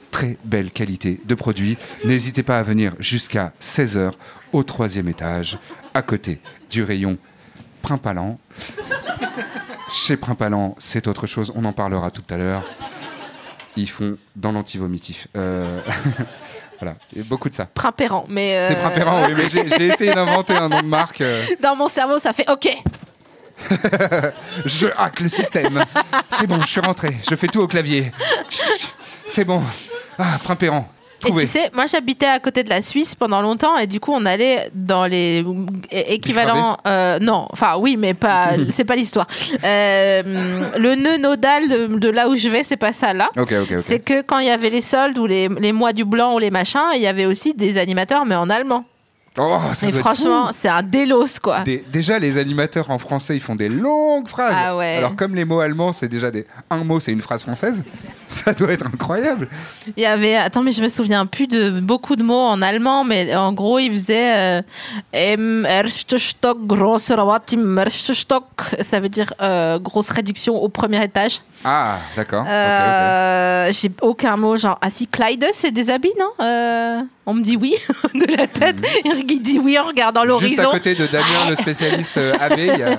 Speaker 3: très belle qualité de produit. N'hésitez pas à venir jusqu'à 16h au troisième étage, à côté du rayon Primpalan. Chez Primpalan, c'est autre chose, on en parlera tout à l'heure. Ils font dans l'antivomitif. Euh, voilà, Et beaucoup de ça.
Speaker 2: Primpérant, mais. euh,
Speaker 3: C'est Primpalan, oui, mais j'ai j'ai essayé d'inventer un nom de marque. euh,
Speaker 2: Dans mon cerveau, ça fait OK.
Speaker 3: Je hack le système. C'est bon, je suis rentré. Je fais tout au clavier. C'est bon. Ah, Primpéran.
Speaker 2: Et
Speaker 3: Trouvé.
Speaker 2: tu sais, moi j'habitais à côté de la Suisse pendant longtemps et du coup on allait dans les é- équivalents. euh, non, enfin oui, mais pas. c'est pas l'histoire. Euh, le nœud nodal de, de là où je vais, c'est pas ça là.
Speaker 3: Ok, ok, ok.
Speaker 2: C'est que quand il y avait les soldes ou les, les mois du blanc ou les machins, il y avait aussi des animateurs, mais en allemand.
Speaker 3: Oh, ça
Speaker 2: Et
Speaker 3: doit être
Speaker 2: franchement, c'est un délos quoi.
Speaker 3: fou. Des- déjà, les animateurs en français, ils font des longues phrases.
Speaker 2: Ah ouais.
Speaker 3: Alors, comme les mots allemands, c'est déjà des. Un mot, c'est une phrase française. Ça doit être incroyable.
Speaker 2: Il y avait, attends, mais je me souviens plus de beaucoup de mots en allemand, mais en gros, il faisait euh, Em erste Stock, grosse Rabatt im ersten Stock. ça veut dire euh, grosse réduction au premier étage.
Speaker 3: Ah, d'accord. ok, ok.
Speaker 2: Euh, J'ai aucun mot, genre, ah si, Kleides, c'est des habits, non Euh, On me dit oui de la tête. Il dit oui en regardant
Speaker 3: Mm. Juste à
Speaker 2: l'horizon.
Speaker 3: côté de Damien, le spécialiste euh, AB, il y a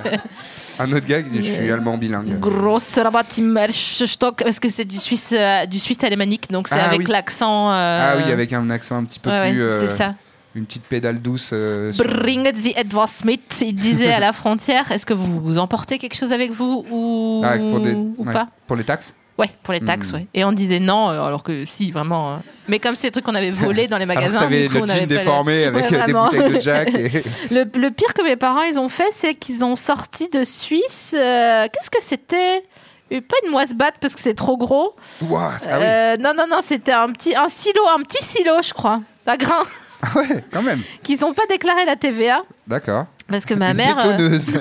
Speaker 3: un autre gars qui dit Je suis allemand bilingue.
Speaker 2: Grosse Rabatt im ersten Stock, parce que c'est du suisse, euh, du suisse alémanique, donc c'est
Speaker 3: Ah
Speaker 2: avec
Speaker 3: oui.
Speaker 2: l'accent. euh,
Speaker 3: Ah oui, avec un accent un petit peu
Speaker 2: ouais, ouais,
Speaker 3: plus. euh,
Speaker 2: c'est ça.
Speaker 3: Une petite pédale douce. euh, sur-
Speaker 2: Bring the Edward Smith, il disait à la frontière, est-ce que vous emportez quelque chose avec vous ou,
Speaker 3: Ah, pour des-
Speaker 2: ou
Speaker 3: ouais, Hmm.
Speaker 2: pas
Speaker 3: Pour les taxes
Speaker 2: Ouais, pour les taxes, ouais. Et on disait non, euh, alors que si, vraiment. euh. Mais comme c'est des trucs qu'on avait volés dans les magasins,
Speaker 3: Alors que t'avais
Speaker 2: du coup,
Speaker 3: le
Speaker 2: on
Speaker 3: jean
Speaker 2: avait pas
Speaker 3: déformé
Speaker 2: le-
Speaker 3: avec
Speaker 2: Ouais,
Speaker 3: euh, des
Speaker 2: vraiment.
Speaker 3: bouteilles de Jack. et-
Speaker 2: le, le pire que mes parents, ils ont fait, c'est qu'ils ont sorti de Suisse, euh, qu'est-ce que c'était Euh, Pas une moisse batte parce que c'est trop gros.
Speaker 3: Ouah, ah oui,
Speaker 2: Euh, non, non, non, c'était un petit un silo, un petit silo, je crois, à grain,
Speaker 3: Ah ouais, quand même.
Speaker 2: qu'ils n'ont pas déclaré la TVA.
Speaker 3: D'accord.
Speaker 2: Parce que ma
Speaker 3: Une
Speaker 2: mère. euh,
Speaker 3: Bétonneuse.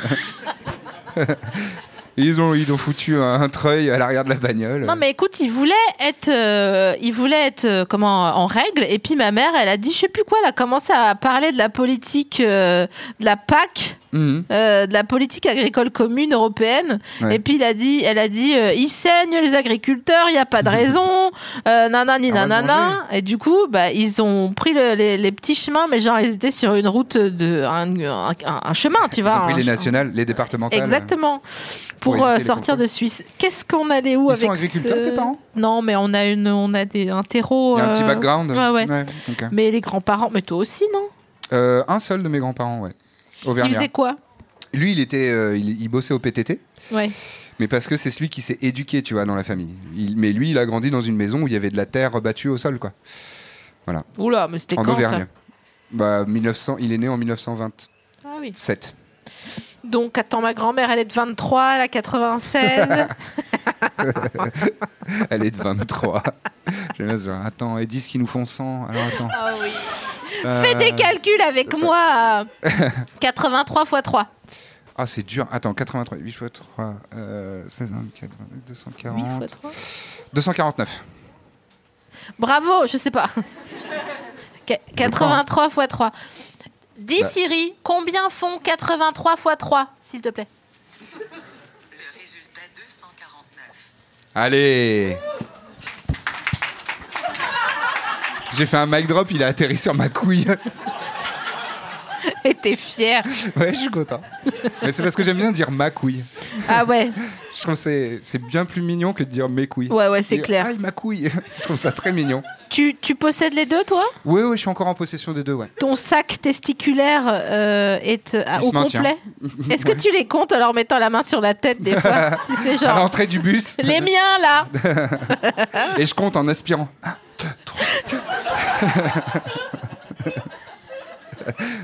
Speaker 3: ils, ont, ils ont foutu un, un treuil à l'arrière de la bagnole.
Speaker 2: Non mais écoute, il voulait être, euh, il voulait être euh, comment euh, en règle. Et puis ma mère, elle a dit, je sais plus quoi, elle a commencé à parler de la politique, euh, de la PAC,
Speaker 3: Mhm.
Speaker 2: euh, de la politique agricole commune européenne.
Speaker 3: Ouais.
Speaker 2: Et puis il a dit, elle a dit, euh, ils saignent les agriculteurs, il n'y a pas de raison, euh, nanani
Speaker 3: On va se
Speaker 2: nanana. Et du coup, bah ils ont pris le- les, les petits chemins, mais genre ils étaient sur une route de un, un- un- un chemin, tu
Speaker 3: Ils
Speaker 2: vois.
Speaker 3: ont pris
Speaker 2: un-
Speaker 3: les nationales, les départementales.
Speaker 2: hein. Exactement. Pour,
Speaker 3: Pour éviter
Speaker 2: euh,
Speaker 3: les
Speaker 2: sortir
Speaker 3: contrôles.
Speaker 2: de Suisse. Qu'est-ce qu'on allait où
Speaker 3: Ils
Speaker 2: avec
Speaker 3: sont agriculteurs,
Speaker 2: ce-
Speaker 3: tes parents
Speaker 2: Non, mais on a une, on a des un terreau.
Speaker 3: Il y a un petit
Speaker 2: euh,
Speaker 3: background.
Speaker 2: ouais, ouais.
Speaker 3: ok.
Speaker 2: Mais les grands-parents, mais toi aussi, non
Speaker 3: Euh, un seul de mes grands-parents, ouais.
Speaker 2: Ils
Speaker 3: Auvergnat.
Speaker 2: faisaient quoi
Speaker 3: Lui, il, était, euh, il, il bossait au PTT,
Speaker 2: Ouais.
Speaker 3: mais parce que c'est celui qui s'est éduqué, tu vois, dans la famille. Il- mais lui, il a grandi dans une maison où il y avait de la terre battue au sol, quoi.
Speaker 2: Oula, mais c'était
Speaker 3: en
Speaker 2: quand
Speaker 3: Auvergne.
Speaker 2: ça
Speaker 3: Bah, 1900, il est né en 1927.
Speaker 2: Ah oui. Donc attends, ma grand-mère, elle est de 23, elle a 96.
Speaker 3: Elle est de 23. J'aime bien ce genre. Attends, et 10 qui nous font 100. Alors attends.
Speaker 2: ah oui.
Speaker 3: Euh,
Speaker 2: Fais des calculs avec moi. 83 x 3.
Speaker 3: Ah, c'est dur. Attends, 83, 8 x 3, euh, 16, 24,
Speaker 2: 8
Speaker 3: 240.
Speaker 2: x 3.
Speaker 3: 249.
Speaker 2: Bravo, je sais pas. Qu- 83 x 3. Dis
Speaker 3: Bah.
Speaker 2: Siri, combien font 83 x 3, s'il te plaît
Speaker 6: Le résultat 249.
Speaker 3: Allez J'ai fait un mic drop, il a atterri sur ma couille.
Speaker 2: Et t'es fier.
Speaker 3: ouais, je suis content. Mais c'est parce que j'aime bien dire ma couille.
Speaker 2: Ah ouais,
Speaker 3: Je trouve que c'est c'est bien plus mignon que de dire mes couilles.
Speaker 2: Ouais, ouais, c'est
Speaker 3: Dire,
Speaker 2: clair.
Speaker 3: Aïe, ma couille. je trouve ça très mignon.
Speaker 2: tu, tu possèdes les deux, toi
Speaker 3: Ouais, ouais, je suis encore en possession des deux, ouais.
Speaker 2: Ton sac testiculaire euh, est euh,
Speaker 3: Il
Speaker 2: au
Speaker 3: se maintient.
Speaker 2: complet Est-ce que tu les comptes en leur mettant la main sur la tête des fois Tu sais,
Speaker 3: À
Speaker 2: genre,
Speaker 3: l'entrée du bus.
Speaker 2: Ah. les miens là
Speaker 3: Et je compte en aspirant. Un, deux, trois, quatre.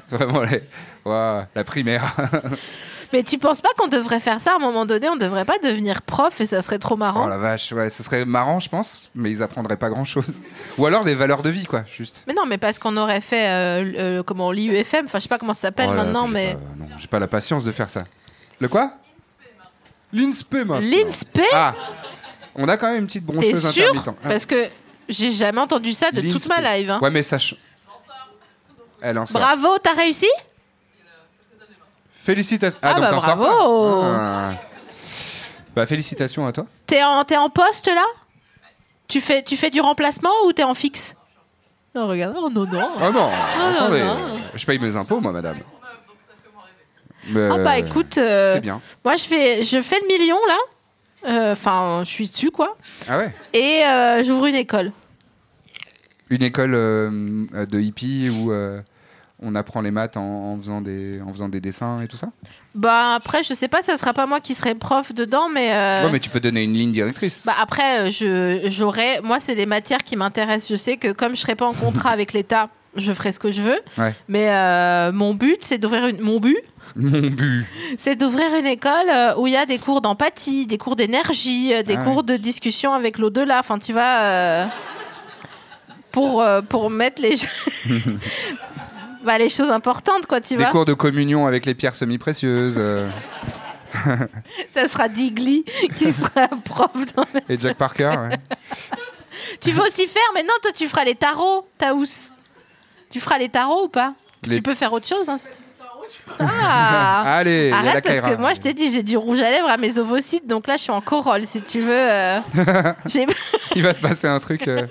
Speaker 3: Vraiment, les- Ouah, la primaire.
Speaker 2: Mais tu penses pas qu'on devrait faire ça à un moment donné On devrait pas devenir prof et ça serait trop marrant
Speaker 3: Oh la vache, ouais, ce serait marrant, je pense, mais ils apprendraient pas grand chose. Ou alors des valeurs de vie, quoi, juste.
Speaker 2: Mais non, mais parce qu'on aurait fait euh, l- euh, comment l'IUFM, enfin je sais pas comment ça s'appelle
Speaker 3: Oh là là,
Speaker 2: maintenant,
Speaker 3: j'ai
Speaker 2: mais
Speaker 3: pas- non, j'ai pas la patience de faire ça. Le quoi
Speaker 7: L'INSPE maintenant.
Speaker 2: L'INSPE
Speaker 3: Ah On a quand même une petite
Speaker 2: T'es
Speaker 3: broncheuse
Speaker 2: sûr
Speaker 3: intermittente. Ah,
Speaker 2: Parce que j'ai jamais entendu ça de toute ma
Speaker 3: l'INSPE.
Speaker 2: live. hein.
Speaker 3: Ouais, mais ça. ch- Elle en sort.
Speaker 2: Bravo, t'as réussi
Speaker 3: Félicitations. Ah,
Speaker 2: Ah,
Speaker 3: donc
Speaker 2: bah,
Speaker 3: t'en sors
Speaker 2: bravo.
Speaker 3: pas. Ah. Bah, félicitations à toi.
Speaker 2: T'es en, t'es en poste là tu fais, tu fais du remplacement ou t'es en fixe Non, regarde, oh non, non.
Speaker 3: Oh non, attendez.
Speaker 2: Ah, non.
Speaker 3: Je paye mes impôts, moi, madame. Mais,
Speaker 2: Ah bah écoute, euh,
Speaker 3: C'est bien.
Speaker 2: moi je fais, je fais le million là. Euh, Enfin, je suis dessus quoi.
Speaker 3: Ah ouais
Speaker 2: Et euh, j'ouvre une école.
Speaker 3: Une école euh, euh, de hippie où euh, on apprend les maths en, en faisant des, en faisant des dessins et tout ça
Speaker 2: Bah après, je sais pas, ça sera pas moi qui serai prof dedans, mais. euh,
Speaker 3: Ouais, mais tu peux donner une ligne directrice.
Speaker 2: Bah après, euh, je j'aurais moi c'est les matières qui m'intéressent. Je sais que comme je serai pas en contrat avec l'État, je ferai ce que je veux.
Speaker 3: Ouais.
Speaker 2: Mais euh, mon but, c'est d'ouvrir une mon but,
Speaker 3: Mon but.
Speaker 2: c'est d'ouvrir une école euh, où il y a des cours d'empathie, des cours d'énergie, euh, des
Speaker 3: Ah ouais.
Speaker 2: cours de discussion avec l'au-delà. Enfin, tu vois, euh, pour euh, pour mettre les bah, les choses importantes quoi, tu
Speaker 3: Des
Speaker 2: vois.
Speaker 3: cours de communion avec les pierres semi-précieuses euh,
Speaker 2: Ça sera Digli qui sera prof. Dans le-
Speaker 3: et Jack Parker. ouais.
Speaker 2: Tu veux aussi faire maintenant Toi, tu feras les tarots, Taous. Tu feras les tarots ou pas
Speaker 3: Les-
Speaker 2: Tu peux faire autre chose. Hein, si tu- Ah
Speaker 3: Allez, il y a la
Speaker 2: Arrête parce
Speaker 3: Kaira.
Speaker 2: que moi je t'ai dit j'ai du rouge à lèvres à mes ovocytes donc là je suis en corolle si tu veux. euh, j'ai-
Speaker 3: Il va se passer un truc. euh,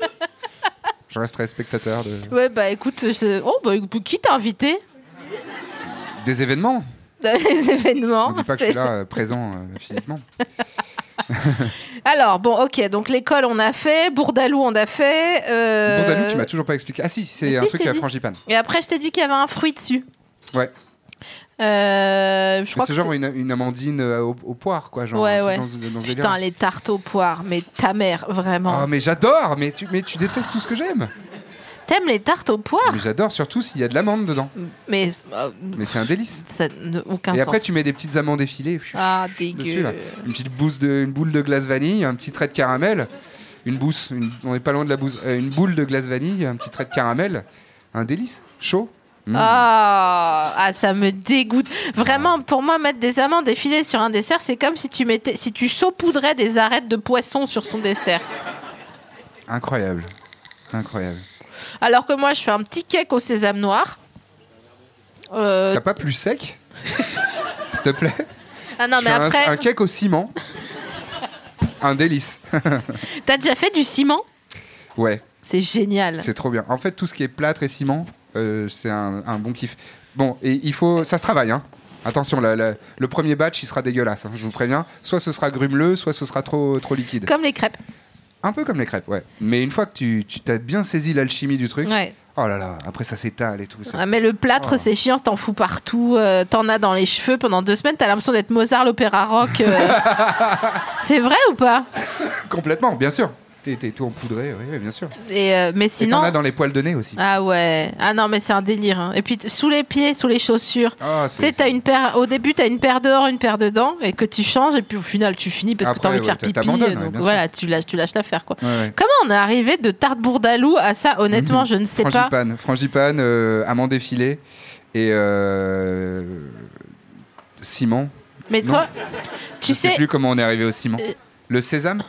Speaker 3: Je resterai spectateur de...
Speaker 2: ouais bah écoute je- oh bah écoute, qui t'a invité
Speaker 3: des événements.
Speaker 2: dans les événements
Speaker 3: On dit pas que je
Speaker 2: C'est-
Speaker 3: suis là euh, présent euh, physiquement.
Speaker 2: Alors bon ok donc l'école on a fait Bourdalou on a fait. euh,
Speaker 3: Bourdalou, tu m'as toujours pas expliqué. Ah si,
Speaker 2: mais
Speaker 3: c'est
Speaker 2: si,
Speaker 3: un
Speaker 2: je
Speaker 3: truc
Speaker 2: t'ai
Speaker 3: à
Speaker 2: dit.
Speaker 3: frangipane.
Speaker 2: Et après je t'ai dit qu'il y avait un fruit dessus.
Speaker 3: Ouais.
Speaker 2: Euh, je
Speaker 3: Mais
Speaker 2: crois
Speaker 3: C'est
Speaker 2: que
Speaker 3: genre
Speaker 2: c'est-
Speaker 3: une, une amandine euh, au, au poire, quoi. Genre,
Speaker 2: Ouais,
Speaker 3: un truc
Speaker 2: ouais.
Speaker 3: Dans, ce- dans ce délire.
Speaker 2: Putain, les tartes aux poires, mais ta mère, vraiment.
Speaker 3: Oh, mais j'adore mais tu, mais tu détestes tout ce que j'aime
Speaker 2: T'aimes les tartes aux poires
Speaker 3: Mais j'adore surtout s'il y a de l'amande dedans.
Speaker 2: Mais euh,
Speaker 3: Mais c'est un délice.
Speaker 2: ça n'a aucun
Speaker 3: Et
Speaker 2: sens.
Speaker 3: après, tu mets des petites amandes effilées. pfiou,
Speaker 2: Ah,
Speaker 3: dessus,
Speaker 2: dégueu.
Speaker 3: là. Une petite bouse de, une boule de glace vanille, un petit trait de caramel. Une bouse, une- on est pas loin de la bouse. Euh, une boule de glace vanille, un petit trait de caramel. Un délice. Chaud. Mm.
Speaker 2: Ah, ah, ça me dégoûte. Vraiment, pour moi, mettre des amandes effilées sur un dessert, c'est comme si tu mettais, si tu saupoudrais des arêtes de poisson sur son dessert.
Speaker 3: Incroyable. Incroyable.
Speaker 2: Alors que moi, je fais un petit cake au sésame noir. Euh,
Speaker 3: T'as pas plus sec S'il te plaît
Speaker 2: ah non,
Speaker 3: Je
Speaker 2: mais
Speaker 3: fais un-
Speaker 2: après,
Speaker 3: un cake au ciment. un délice.
Speaker 2: t'as déjà fait du ciment
Speaker 3: ouais.
Speaker 2: C'est génial.
Speaker 3: C'est trop bien. En fait, tout ce qui est plâtre et ciment, euh, c'est un, un bon kiff. Bon, et il faut, ça se travaille. Hein. Attention, la- la- le premier batch, il sera dégueulasse. hein, je vous préviens. Soit ce sera grumeleux, soit ce sera trop, trop liquide.
Speaker 2: Comme les crêpes.
Speaker 3: Un peu comme les crêpes, ouais. Mais une fois que tu, tu t'as bien saisi l'alchimie du truc,
Speaker 2: Ouais.
Speaker 3: oh là là, après ça s'étale et tout. ça-
Speaker 2: Ah, mais le plâtre,
Speaker 3: Oh.
Speaker 2: c'est chiant, t'en fous partout, euh, t'en as dans les cheveux pendant deux semaines, t'as l'impression d'être Mozart l'opéra rock. euh. c'est vrai ou pas
Speaker 3: Complètement, bien sûr. T'es, t'es tout empoudré, oui, oui, bien sûr.
Speaker 2: Et, euh, Mais
Speaker 3: Et t'en as
Speaker 2: sinon.
Speaker 3: dans les poils de nez aussi.
Speaker 2: Ah ouais. Ah non, mais c'est un délire. hein. Et puis t- sous les pieds, sous les chaussures.
Speaker 3: Ah,
Speaker 2: Tu sais, t'as une paire, au début, t'as une paire dehors, une paire dedans, et que tu changes, et puis au final, tu finis parce que t'as envie
Speaker 3: Après,
Speaker 2: de
Speaker 3: ouais,
Speaker 2: faire
Speaker 3: t'as-
Speaker 2: pipi.
Speaker 3: t'abandonnes,
Speaker 2: euh,
Speaker 3: ouais,
Speaker 2: donc
Speaker 3: bien
Speaker 2: voilà, tu lâches, tu lâches l'affaire, quoi.
Speaker 3: Ouais, ouais.
Speaker 2: Comment on est arrivé de tarte bourdalou à ça,
Speaker 3: Mmh.
Speaker 2: honnêtement, je ne sais pas.
Speaker 3: frangipane, frangipane, euh, amande effilée et euh, ciment.
Speaker 2: Mais
Speaker 3: Non.
Speaker 2: toi, tu
Speaker 3: je sais
Speaker 2: sais, Euh,
Speaker 3: plus comment on est arrivé au ciment. Le sésame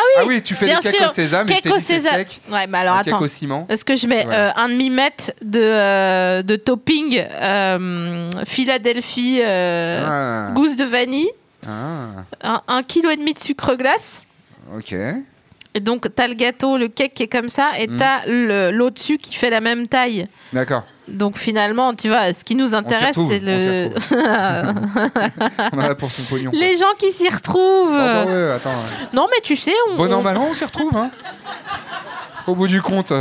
Speaker 3: Ah
Speaker 2: oui,
Speaker 3: Ah oui, tu fais
Speaker 2: bien
Speaker 3: des cakes
Speaker 2: sûr,
Speaker 3: au sésame et je t'ai
Speaker 2: cake au
Speaker 3: dit c'est
Speaker 2: sésame.
Speaker 3: sec.
Speaker 2: Ouais, mais alors
Speaker 3: un cake
Speaker 2: attends.
Speaker 3: au ciment.
Speaker 2: Est-ce que je mets
Speaker 3: Voilà.
Speaker 2: euh, un demi-mètre de, euh, de topping euh, Philadelphie euh,
Speaker 3: Ah,
Speaker 2: gousse de vanille,
Speaker 3: ah,
Speaker 2: un, un kilo et demi de sucre glace
Speaker 3: ok.
Speaker 2: et donc, t'as le gâteau, le cake qui est comme ça, et
Speaker 3: Mm.
Speaker 2: t'as le- l'au-dessus qui fait la même taille.
Speaker 3: D'accord.
Speaker 2: Donc, finalement, tu vois, ce qui nous intéresse,
Speaker 3: retrouve,
Speaker 2: c'est le.
Speaker 3: on s'y On en a pour son pognon.
Speaker 2: Les gens qui s'y retrouvent.
Speaker 3: Ah bah ouais, attends.
Speaker 2: Non, mais tu sais, on,
Speaker 3: Bon,
Speaker 2: on-
Speaker 3: normalement, on s'y retrouve, hein. Au bout du compte.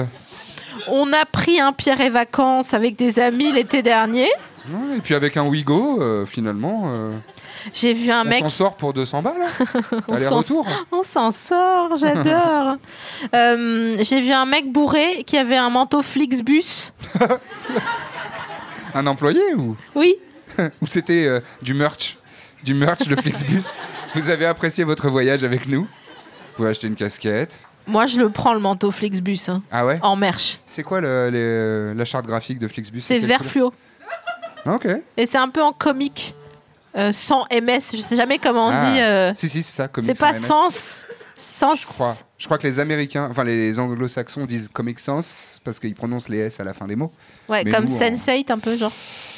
Speaker 2: on a pris un Pierre et Vacances avec des amis l'été dernier.
Speaker 3: Ouais, Et puis avec un Wigo, euh, finalement, euh,
Speaker 2: J'ai vu un
Speaker 3: on
Speaker 2: mec
Speaker 3: s'en sort pour 200 balles. hein.
Speaker 2: On
Speaker 3: Aller-retour.
Speaker 2: On s'en sort, j'adore. Euh, J'ai vu un mec bourré qui avait un manteau Flixbus.
Speaker 3: Un employé ou
Speaker 2: Oui.
Speaker 3: Ou c'était euh, du merch Du merch de Flixbus Vous avez apprécié votre voyage avec nous Vous pouvez acheter une casquette.
Speaker 2: Moi, je le prends le manteau Flixbus hein,
Speaker 3: Ah ouais
Speaker 2: en merch.
Speaker 3: C'est quoi le- les- la charte graphique de Flixbus
Speaker 2: C'est
Speaker 3: quelle
Speaker 2: vert
Speaker 3: couleur
Speaker 2: fluo
Speaker 3: Ah, Ok.
Speaker 2: et c'est un peu en comique. euh, 100 MS, je sais jamais comment on
Speaker 3: Ah.
Speaker 2: dit. euh,
Speaker 3: Si, si, c'est ça. Comics
Speaker 2: c'est pas
Speaker 3: sans MS.
Speaker 2: sens. Sens.
Speaker 3: Je crois. Je crois que les Américains, enfin les Anglo-Saxons disent Comic Sans parce qu'ils prononcent les S à la fin des mots.
Speaker 2: Ouais,
Speaker 3: Mais
Speaker 2: comme
Speaker 3: nous, on-
Speaker 2: Sensei, un peu genre.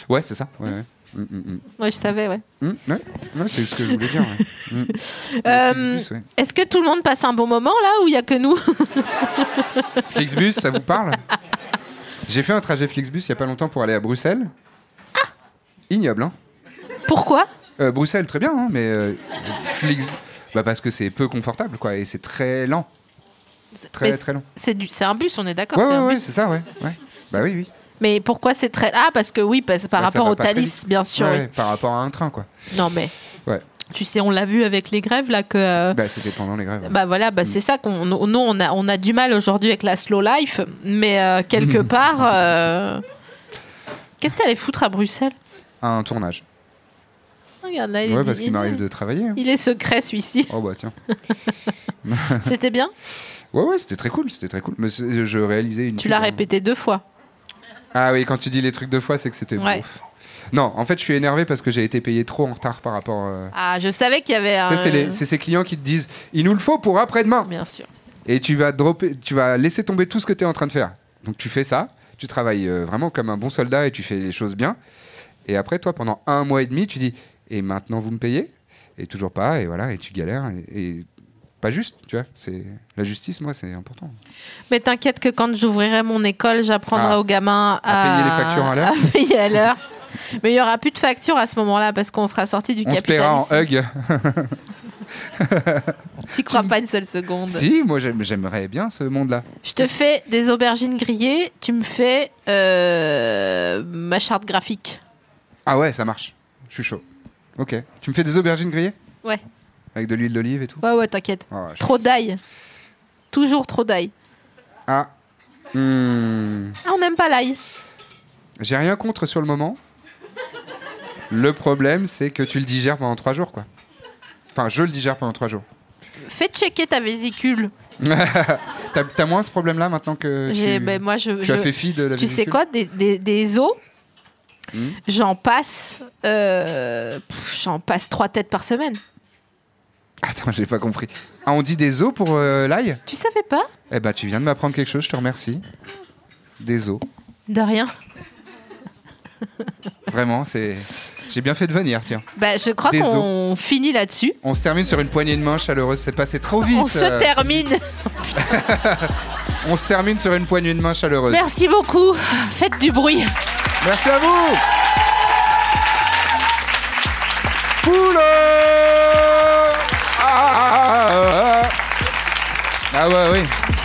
Speaker 3: Ouais, c'est ça. Ouais, ouais. Mm, mm, mm.
Speaker 2: Ouais, je savais, ouais.
Speaker 3: Mm, ouais. Ouais, c'est ce que je voulais dire. ouais. Mm.
Speaker 2: Euh,
Speaker 3: Flixbus, ouais.
Speaker 2: Est-ce que tout le monde passe un bon moment là ou il y a que nous
Speaker 3: Flixbus, ça vous parle J'ai fait un trajet Flixbus il y a pas longtemps pour aller à Bruxelles.
Speaker 2: Ah.
Speaker 3: Ignoble, hein
Speaker 2: Pourquoi
Speaker 3: Euh, Bruxelles, très bien, hein, mais euh, Flix- bah parce que c'est peu confortable, quoi, et c'est très lent, très
Speaker 2: Mais
Speaker 3: très lent.
Speaker 2: C'est du... c'est un bus, on est d'accord.
Speaker 3: Ouais,
Speaker 2: c'est
Speaker 3: ouais,
Speaker 2: un
Speaker 3: ouais,
Speaker 2: bus.
Speaker 3: c'est ça, ouais, ouais. Bah oui, oui.
Speaker 2: Mais pourquoi c'est très ah parce que oui parce- par
Speaker 3: Ouais, ça
Speaker 2: rapport
Speaker 3: va
Speaker 2: au
Speaker 3: pas très
Speaker 2: Thalys
Speaker 3: vite.
Speaker 2: bien sûr.
Speaker 3: Ouais,
Speaker 2: oui.
Speaker 3: ouais, Par rapport à un train, quoi.
Speaker 2: Non mais
Speaker 3: Ouais.
Speaker 2: tu sais on l'a vu avec les grèves là que euh, bah,
Speaker 3: Bah c'était pendant les grèves. ouais.
Speaker 2: voilà bah c'est ça qu'on nous on a on a du mal aujourd'hui avec la slow life mais euh, quelque part euh, qu'est-ce que t'allais foutre à Bruxelles
Speaker 3: À un tournage.
Speaker 2: Regarde là il,
Speaker 3: Ouais,
Speaker 2: est,
Speaker 3: parce
Speaker 2: il-
Speaker 3: qu'il m'arrive de travailler. hein.
Speaker 2: il est secret celui-ci.
Speaker 3: Oh bah tiens.
Speaker 2: C'était bien
Speaker 3: Ouais, ouais, c'était très cool, c'était très cool. Mais c'est- je réalisais une.
Speaker 2: Tu l'as
Speaker 3: pub, hein.
Speaker 2: répété deux fois.
Speaker 3: Ah oui, quand tu dis les trucs deux fois, c'est que c'était
Speaker 2: Ouais.
Speaker 3: bouffe. Non, en fait, je suis énervé parce que j'ai été payé trop en retard par rapport. euh,
Speaker 2: Ah je savais qu'il y avait un Euh,
Speaker 3: Tu sais, c'est les- c'est ces clients qui te disent, il nous le faut pour après-demain.
Speaker 2: bien sûr.
Speaker 3: et tu vas dropper, tu vas laisser tomber tout ce que tu es en train de faire. Donc tu fais ça, tu travailles euh, vraiment comme un bon soldat et tu fais les choses bien. Et après toi pendant un mois et demi, tu dis et maintenant vous me payez et toujours pas et voilà et tu galères et, et pas juste, tu vois, c'est la justice moi c'est important.
Speaker 2: Mais t'inquiète que quand j'ouvrirai mon école, j'apprendrai
Speaker 3: Ah.
Speaker 2: aux gamins
Speaker 3: À
Speaker 2: à,
Speaker 3: payer les factures à l'heure.
Speaker 2: à payer à l'heure. Mais il n'y aura plus de factures à ce moment-là parce qu'on sera sorti du
Speaker 3: On se paiera en
Speaker 2: capitalisme.
Speaker 3: hug.
Speaker 2: T'y crois pas une seule seconde.
Speaker 3: si, moi j'aime- j'aimerais bien ce monde-là.
Speaker 2: Je te fais des aubergines grillées, tu me fais euh, ma charte graphique.
Speaker 3: Ah ouais, ça marche. Je suis chaud. OK. Tu me fais des aubergines grillées
Speaker 2: Ouais,
Speaker 3: avec de l'huile d'olive et tout
Speaker 2: ouais, ouais, t'inquiète.
Speaker 3: Ah ouais, je-
Speaker 2: Trop d'ail. Toujours trop d'ail.
Speaker 3: Ah. Hmm.
Speaker 2: Ah, on n'aime pas l'ail.
Speaker 3: J'ai rien contre sur le moment. Le problème, c'est que tu le digères pendant trois jours, quoi. Enfin, je le digère pendant trois jours.
Speaker 2: Fais checker ta vésicule.
Speaker 3: T'as t'as moins ce problème-là maintenant que
Speaker 2: J'ai-
Speaker 3: tu,
Speaker 2: ben, moi, je,
Speaker 3: tu
Speaker 2: je-
Speaker 3: as fait fi de la
Speaker 2: tu sais
Speaker 3: vésicule Hmm.
Speaker 2: quoi des, des, des os j'en passe euh, pff, j'en passe trois têtes par semaine
Speaker 3: Attends, j'ai pas compris. Ah, on dit des os pour euh, l'ail
Speaker 2: tu savais pas
Speaker 3: Eh ben, tu viens de m'apprendre quelque chose, je te remercie. Des os.
Speaker 2: de rien
Speaker 3: Vraiment, c'est. J'ai bien fait de venir, tiens.
Speaker 2: bah, je crois
Speaker 3: Des
Speaker 2: qu'on finit là-dessus
Speaker 3: On se termine sur une poignée de main chaleureuse, c'est passé trop vite.
Speaker 2: on se
Speaker 3: euh,
Speaker 2: termine
Speaker 3: on se termine sur une poignée de main chaleureuse.
Speaker 2: merci beaucoup faites du bruit
Speaker 3: Merci à vous Poule ah, ah, ah, ah, ah. Ah ouais, oui.